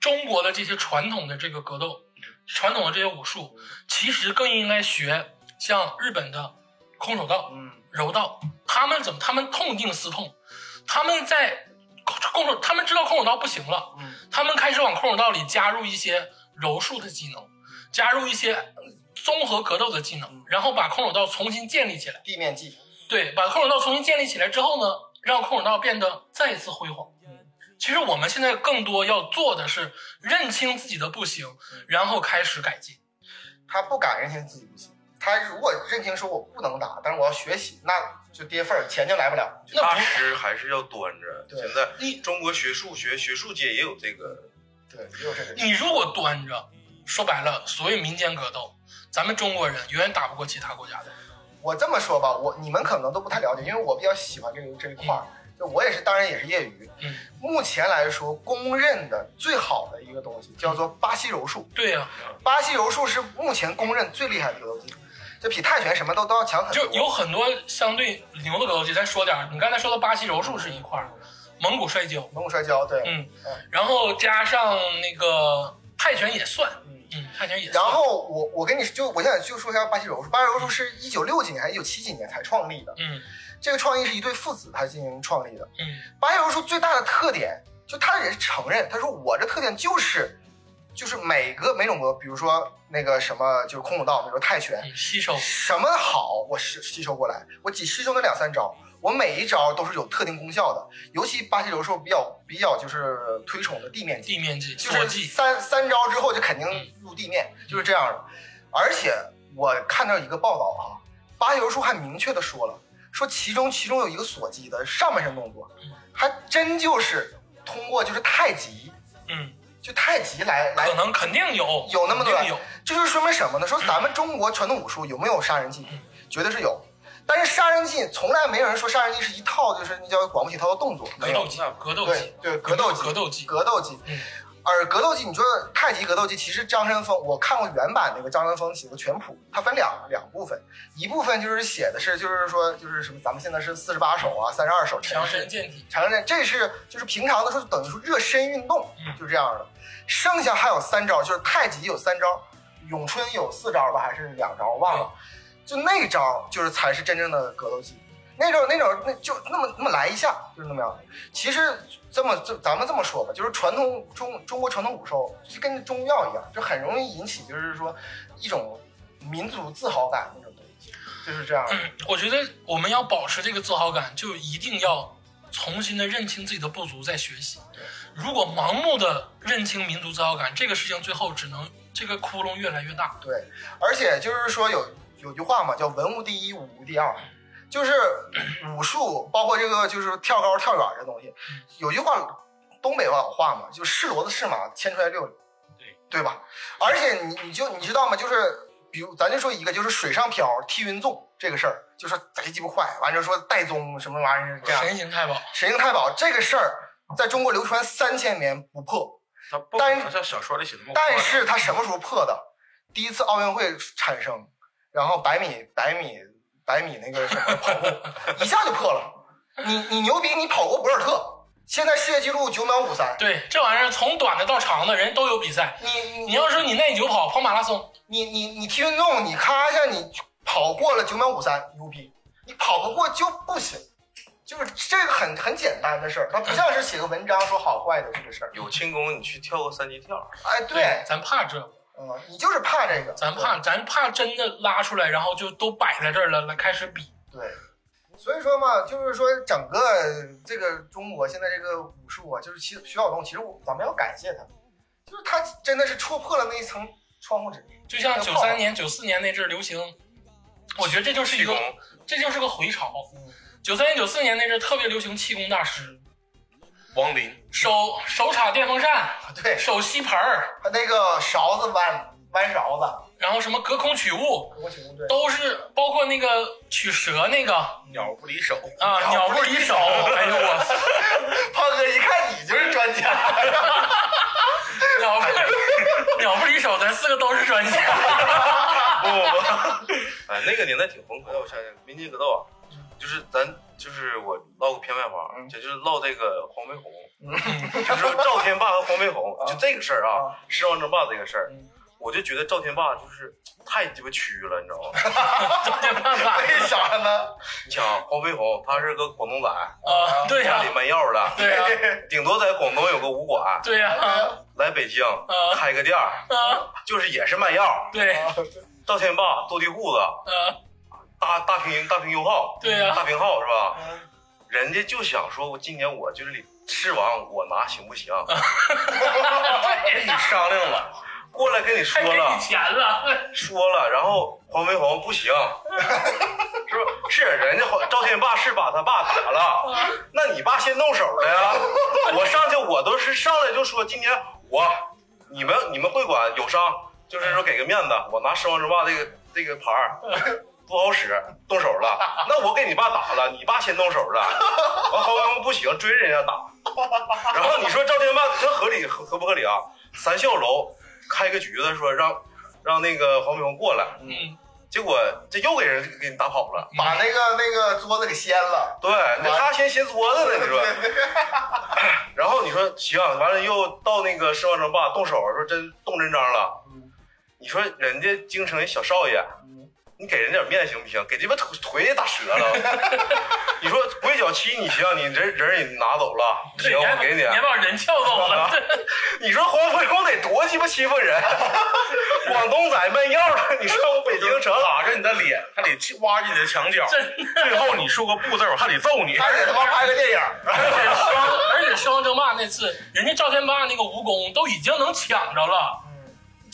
[SPEAKER 2] 中国的这些传统的这个格斗，传统的这些武术，
[SPEAKER 3] 嗯
[SPEAKER 2] 其实更应该学像日本的空手道、
[SPEAKER 3] 嗯，
[SPEAKER 2] 柔道，他们怎么？他们痛定思痛，他们在空空手，他们知道空手道不行了，
[SPEAKER 3] 嗯
[SPEAKER 2] 他们开始往空手道里加入一些柔术的技能，加入一些呃综合格斗的技
[SPEAKER 3] 嗯
[SPEAKER 2] 能，然后把空手道重新建立起来。
[SPEAKER 3] 地面技，
[SPEAKER 2] 对，把空手道重新建立起来之后呢，让空手道变得再一次辉煌。
[SPEAKER 3] 嗯
[SPEAKER 2] 其实我们现在更多要做的是认清自己的不行，
[SPEAKER 3] 嗯
[SPEAKER 2] 然后开始改进。
[SPEAKER 3] 他不敢认清自己不行。他如果认清说我不能打，但是我要学习，那就跌份儿，钱就来不了。
[SPEAKER 2] 那
[SPEAKER 5] 大
[SPEAKER 2] 不
[SPEAKER 5] 师还是要端着。
[SPEAKER 3] 对
[SPEAKER 5] 现在
[SPEAKER 2] 你
[SPEAKER 5] 中国学术学学术界也有这个，
[SPEAKER 3] 对，也有这个。
[SPEAKER 2] 你如果端着，说白了，所谓民间格斗，咱们中国人远远打不过其他国家的。
[SPEAKER 3] 我这么说吧，我你们可能都不太了解，因为我比较喜欢这个这一块儿。就我也是，当然也是业余。
[SPEAKER 2] 嗯，
[SPEAKER 3] 目前来说，公认的最好的一个东西叫做巴西柔术。
[SPEAKER 2] 对呀、
[SPEAKER 3] 巴西柔术是目前公认最厉害的一个东西，就比泰拳什么都都要强很多。
[SPEAKER 2] 就有很多相对牛的格斗技。咱说点儿，你刚才说的巴西柔术是一块儿，蒙古摔跤，
[SPEAKER 3] 蒙古摔跤，对。
[SPEAKER 2] 嗯，然后加上那个泰拳也算，嗯，泰拳也
[SPEAKER 3] 然
[SPEAKER 2] 算。
[SPEAKER 3] 后我我跟你就我想就说一下巴西柔术，巴西柔术是一九六几年还是一九七几年才创立的，
[SPEAKER 2] 嗯
[SPEAKER 3] 这个创意是一对父子他进行创立的。
[SPEAKER 2] 嗯
[SPEAKER 3] 巴西柔术最大的特点，就他也是承认，他说我这特点就是，就是每个每种格，比如说那个什么就是空手道，比如说泰拳，
[SPEAKER 2] 嗯，吸收。
[SPEAKER 3] 什么好我吸吸收过来，我只吸收那两三招，我每一招都是有特定功效的。尤其巴西柔术比较比较就是推崇的地面技，
[SPEAKER 2] 地面技、
[SPEAKER 3] 就
[SPEAKER 2] 锁
[SPEAKER 3] 是
[SPEAKER 2] 技，
[SPEAKER 3] 三三招之后就肯定入地面，就是这样的。而且我看到一个报道哈、巴西柔术还明确的说了，说其中其中有一个锁技的上半身动作，
[SPEAKER 2] 嗯
[SPEAKER 3] 还真就是通过就是太极，
[SPEAKER 2] 嗯，
[SPEAKER 3] 就太极来来
[SPEAKER 2] 可，能肯定有，
[SPEAKER 3] 有那么多
[SPEAKER 2] 肯定有，
[SPEAKER 3] 这就是说明什么呢？说咱们中国传统武术有没有杀人
[SPEAKER 2] 嗯
[SPEAKER 3] 技？绝对是有。但是杀人技从来没有人说杀人技是一套，就是那叫广播体操的动作，没
[SPEAKER 2] 格
[SPEAKER 3] 有
[SPEAKER 2] 斗技，格斗技
[SPEAKER 3] 对，对，格斗技，
[SPEAKER 2] 格斗技
[SPEAKER 3] 格斗技。
[SPEAKER 2] 嗯
[SPEAKER 3] 而格斗技，你说太极格斗技，其实张三丰，我看过原版那个张三丰写的全谱，它分两两部分，一部分就是写的是就是说就是什么，咱们现在是四十八手啊，三十二手，
[SPEAKER 2] 强身健体，
[SPEAKER 3] 强身，这是就是平常的时候等于说热身运动，就这样的。剩下还有三招，就是太极有三招，咏春有四招吧，还是两招忘了。就那招就是才是真正的格斗技，那种那种那就那么那么来一下，就是那么样。其实这么这咱们这么说吧，就是传统中中国传统武术就跟中药一样，就很容易引起就是说一种民族自豪感那种东西。就是这样。
[SPEAKER 2] 我觉得我们要保持这个自豪感，就一定要重新的认清自己的不足，再学习。如果盲目的认清民族自豪感，这个事情最后只能这个窟窿越来越大。
[SPEAKER 3] 对，而且就是说有有句话嘛，叫文无第一，武无第二，就是武术包括这个就是跳高、跳远这东西，有句话东北话话嘛，就是骡子是马，牵出来遛遛，
[SPEAKER 2] 对
[SPEAKER 3] 对吧？而且你你就你知道吗？就是比如咱就说一个，就是水上漂、踢云纵这个事儿，就是贼鸡巴快，完之后说戴宗什么玩意儿这样，
[SPEAKER 2] 神行太保，
[SPEAKER 3] 神行太保这个事儿在中国流传三千年不破，
[SPEAKER 4] 他不可能像小说里写的那么夸张
[SPEAKER 3] 但是它什么时候破的？第一次奥运会产生，然后百米、百米、百米那个什么跑步，一下就破了。你你牛逼，你跑过博尔特，现在世界纪录九秒五三。
[SPEAKER 2] 对这玩意儿从短的到长的人都有比赛。
[SPEAKER 3] 你
[SPEAKER 2] 你
[SPEAKER 3] 你
[SPEAKER 2] 要说你耐久跑、跑马拉松，
[SPEAKER 3] 你你你踢运动，你咔一下你跑过了九秒五三，牛逼！你跑不过就不行，就是这个很很简单的事儿，它不像是写个文章说好坏的这个事儿。
[SPEAKER 5] 有轻功，你去跳个三级跳，
[SPEAKER 3] 哎，对，
[SPEAKER 2] 咱怕这，
[SPEAKER 3] 嗯，你就是怕这个，
[SPEAKER 2] 咱怕咱怕真的拉出来，然后就都摆在这儿了，来开始比。
[SPEAKER 3] 对，所以说嘛，就是说整个这个中国现在这个武术啊，就是其实徐晓东，其实我咱们要感谢他，就是他真的是戳破了那一层窗户纸。
[SPEAKER 2] 就像九三年、九四年那阵儿流行，我觉得这就是一
[SPEAKER 5] 气
[SPEAKER 2] 个
[SPEAKER 5] 功，
[SPEAKER 2] 这就是个回潮
[SPEAKER 3] 嗯。
[SPEAKER 2] 九三年、九四年那阵儿特别流行气功大师，
[SPEAKER 4] 王林，
[SPEAKER 2] 手手插电风扇，
[SPEAKER 3] 对，
[SPEAKER 2] 手吸盆儿，
[SPEAKER 3] 他那个勺子弯弯勺子，
[SPEAKER 2] 然后什么隔空取物，
[SPEAKER 3] 我挺对。
[SPEAKER 2] 都是包括那个取蛇那个
[SPEAKER 4] 鸟不离手，
[SPEAKER 2] 啊，鸟不离手。哎呦我操，
[SPEAKER 3] 胖哥一看你就是专家，
[SPEAKER 2] 鸟不鸟不离手，咱四个都是专家。
[SPEAKER 5] 不不不，哎，那个年代挺疯狂的。我想想，民间格斗啊，就是咱就是我唠个偏外话，
[SPEAKER 3] 嗯
[SPEAKER 5] 这就是唠这个黄飞鸿，
[SPEAKER 3] 嗯
[SPEAKER 5] 就是说赵天霸和黄飞鸿，就这个事儿 啊，狮王争霸这个事儿
[SPEAKER 3] 嗯，
[SPEAKER 5] 我就觉得赵天霸就是太鸡巴屈了，你知道吗？
[SPEAKER 2] 这没办法
[SPEAKER 3] 为啥呢？
[SPEAKER 5] 你想啊，黄飞鸿他是个广东仔，
[SPEAKER 2] 啊，对呀
[SPEAKER 5] 家、里卖药 的，
[SPEAKER 2] 对呀、
[SPEAKER 5] 顶多在广东有个武馆，
[SPEAKER 2] 对呀、啊，
[SPEAKER 5] 来北京
[SPEAKER 2] 啊
[SPEAKER 5] 开个店 儿，
[SPEAKER 2] 啊，
[SPEAKER 5] 就是也是卖药。
[SPEAKER 2] 对，啊，
[SPEAKER 5] 赵天霸斗地户子， 大大平大平优号，
[SPEAKER 2] 对啊呀
[SPEAKER 5] 大平号是吧？人家就想说，我今年我就是李狮王，我拿行 不行？
[SPEAKER 4] 跟你商量了，
[SPEAKER 5] 过来跟你说
[SPEAKER 2] 还给
[SPEAKER 5] 了
[SPEAKER 2] 你，钱了，
[SPEAKER 5] 说了，然后黄飞鸿不行，是不是？是人家黄赵天霸是把他爸打了，那你爸先动手的呀？我上去我都是上来就说，今年我你们你们会馆有伤，就是说给个面子，我拿狮王争霸这个这个牌儿。不好使，动手了。那我给你爸打了，你爸先动手了。完，黄飞鸿不行，追着人家打。然后你说赵天霸这合理合合不合理啊？三笑楼开个局子说让让那个黄飞鸿过来，
[SPEAKER 2] 嗯，
[SPEAKER 5] 结果这又给人给你打跑了。
[SPEAKER 3] 把那个那个桌子给掀了。
[SPEAKER 5] 对，那他先先作的呢，你说。然后你说行，完了又到那个狮王争霸动手，说真动真章了。
[SPEAKER 2] 嗯
[SPEAKER 5] 你说人家京城一小少爷，你给人点面行不行？给鸡巴腿腿也打 折了。你说鬼脚七你行，你人人也拿走了，
[SPEAKER 2] 对
[SPEAKER 5] 行，
[SPEAKER 2] 你还
[SPEAKER 5] 我
[SPEAKER 2] 把
[SPEAKER 5] 给你。
[SPEAKER 2] 你还啊把人撬走 了，
[SPEAKER 5] 你说黄飞鸿得多鸡巴欺负人？啊 广东仔卖药的，你上我北京城
[SPEAKER 4] 打着你的脸，还得去挖着你的墙角，最后你说个不字，我还得揍你。
[SPEAKER 3] 还得他妈拍个电影，
[SPEAKER 2] 而且双而且双争霸那次，人家赵天霸那个蜈蚣都已经能抢着了，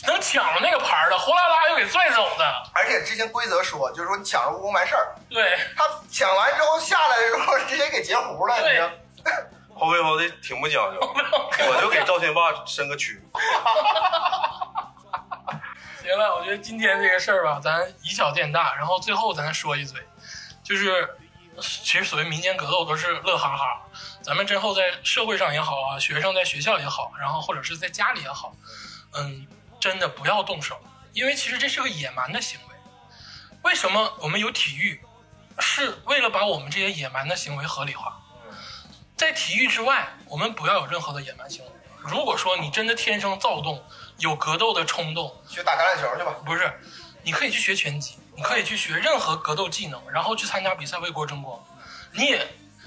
[SPEAKER 2] 能抢着那个牌儿了，呼啦啦又给拽走的，
[SPEAKER 3] 而且之前规则说，就是说你抢着蜈蚣完事儿，
[SPEAKER 2] 对
[SPEAKER 3] 他抢完之后下来的时候直接给截胡了，你知道
[SPEAKER 2] 对
[SPEAKER 3] 吗。
[SPEAKER 5] 黄飞鸿这挺不讲究，我就给赵天霸伸个蛆。
[SPEAKER 2] 行了，我觉得今天这个事儿吧，咱以小见大，然后最后咱说一嘴，就是其实所谓民间格斗都是乐哈哈，咱们之后在社会上也好啊，学生在学校也好，然后或者是在家里也好，嗯，真的不要动手，因为其实这是个野蛮的行为。为什么我们有体育，是为了把我们这些野蛮的行为合理化？在体育之外，我们不要有任何的野蛮行为。如果说你真的天生躁动，有格斗的冲动，
[SPEAKER 3] 去打橄榄球去吧。
[SPEAKER 2] 不是，你可以去学拳击，你可以去学任何格斗技能，然后去参加比赛为国争光。你也，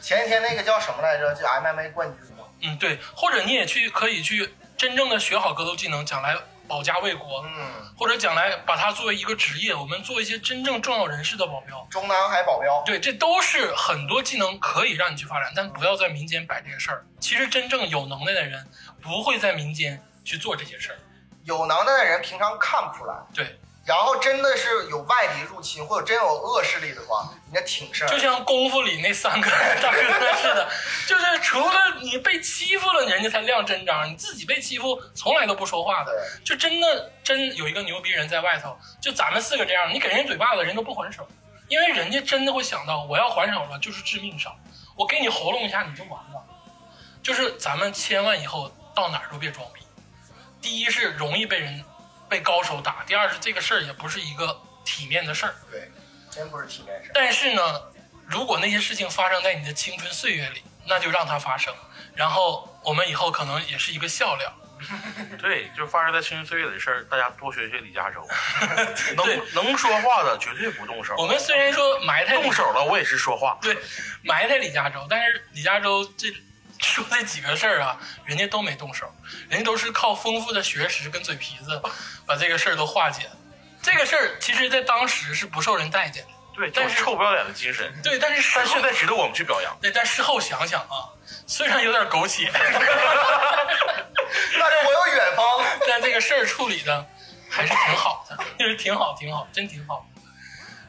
[SPEAKER 3] 前几天那个叫什么来着？就 MMA 冠军嘛。
[SPEAKER 2] 嗯，对，或者你也去可以去真正的学好格斗技能，将来保家卫国，
[SPEAKER 3] 嗯，
[SPEAKER 2] 或者将来把它作为一个职业，我们做一些真正重要人士的保镖。
[SPEAKER 3] 中南海保镖，
[SPEAKER 2] 对，这都是很多技能可以让你去发展，但不要在民间摆这个事儿。其实真正有能耐的人不会在民间去做这些事儿。
[SPEAKER 3] 有能耐的人平常看不出来，
[SPEAKER 2] 对，
[SPEAKER 3] 然后真的是有外敌入侵或者真有恶势力的话，人家挺身而
[SPEAKER 2] 就像功夫里那三个大哥似的，就是除了你被欺负了，人家才亮真章，你自己被欺负从来都不说话的。
[SPEAKER 3] 对，
[SPEAKER 2] 就真的真有一个牛逼人在外头，就咱们四个这样，你给人嘴巴子，人都不还手，因为人家真的会想到，我要还手了就是致命伤，我给你喉咙一下你就完了。就是咱们千万以后到哪儿都别装逼，第一是容易被人被高手打，第二是这个事儿也不是一个体面的事儿。
[SPEAKER 3] 对，真不是体面事。
[SPEAKER 2] 但是呢，如果那些事情发生在你的青春岁月里，那就让它发生，然后我们以后可能也是一个笑料。
[SPEAKER 4] 对，就发生在青春岁月里的事儿，大家多学学李 嘉诚，
[SPEAKER 2] 对
[SPEAKER 4] 能能说话的绝对不动手，
[SPEAKER 2] 我们虽然说埋汰
[SPEAKER 4] 动手了我也是说话。
[SPEAKER 2] 对，埋汰李嘉洲，但是李嘉洲这说这几个事儿啊，人家都没动手，人家都是靠丰富的学识跟嘴皮子把这个事儿都化解了。这个事儿其实，在当时是不受人待见的，
[SPEAKER 4] 对，这
[SPEAKER 2] 但
[SPEAKER 4] 种
[SPEAKER 2] 是
[SPEAKER 4] 臭不要脸的精神，
[SPEAKER 2] 对。但是事
[SPEAKER 4] 但
[SPEAKER 2] 后
[SPEAKER 4] 现，在值得我们去表扬。
[SPEAKER 2] 对，但事后想想啊，虽然有点苟且，
[SPEAKER 3] 但是我有远方，
[SPEAKER 2] 但这个事儿处理的还是挺好的，就是挺好，挺好，真挺好。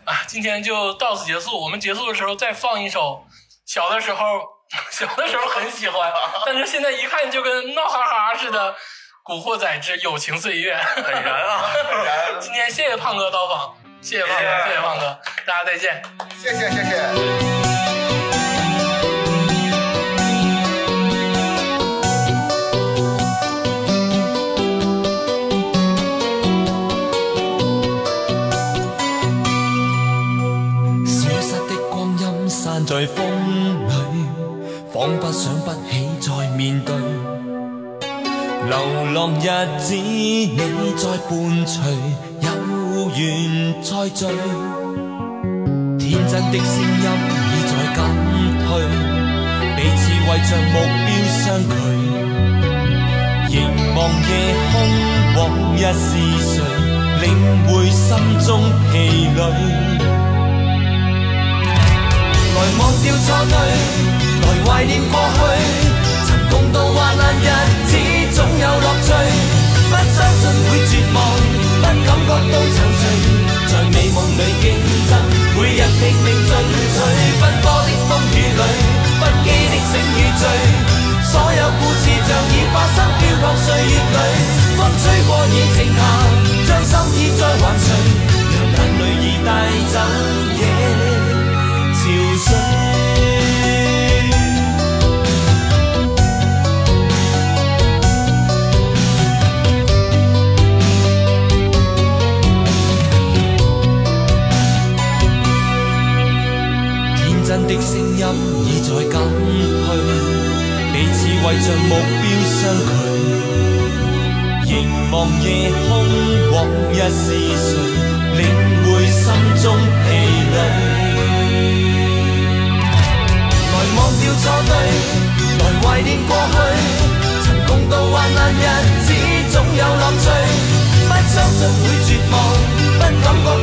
[SPEAKER 2] 啊，今天就到此结束。我们结束的时候再放一首，小的时候， 小的时候很喜欢，但是现在一看就跟闹哈哈似的，《古惑仔之友情岁月》。
[SPEAKER 4] 本然啊，
[SPEAKER 2] 今天谢谢胖哥到访，谢谢胖
[SPEAKER 4] 谢
[SPEAKER 2] 哥，
[SPEAKER 4] 谢
[SPEAKER 2] 谢谢胖哥，大家再见。
[SPEAKER 3] 谢谢谢谢。
[SPEAKER 1] 消失的光阴散在風裏，仿佛想不起再面對。流浪日子你在伴隨，有緣再聚。天真的聲音已在減退，彼此為着目標相距。凝望夜空，往日是誰，領會心中疲累。来忘掉錯對，來懷念過去。曾共度患難日子，總有樂趣。不相信會絕望，不感覺到沉醉，在美夢裏競爭，每日拼命進取。奔波的風雨裏，不羈的醒與醉，所有故事像已發生，飄泊歲月裏。風吹過已靜下，將心意再還誰？讓眼淚已帶走夜。潮水。天真的聲音已在減去，彼此為着目標相距。凝望夜空，往日是誰，領會心中疲累。來忘掉錯對，來懷念過去。曾共度患難日子，總有樂趣。不相信會絕望，不感覺到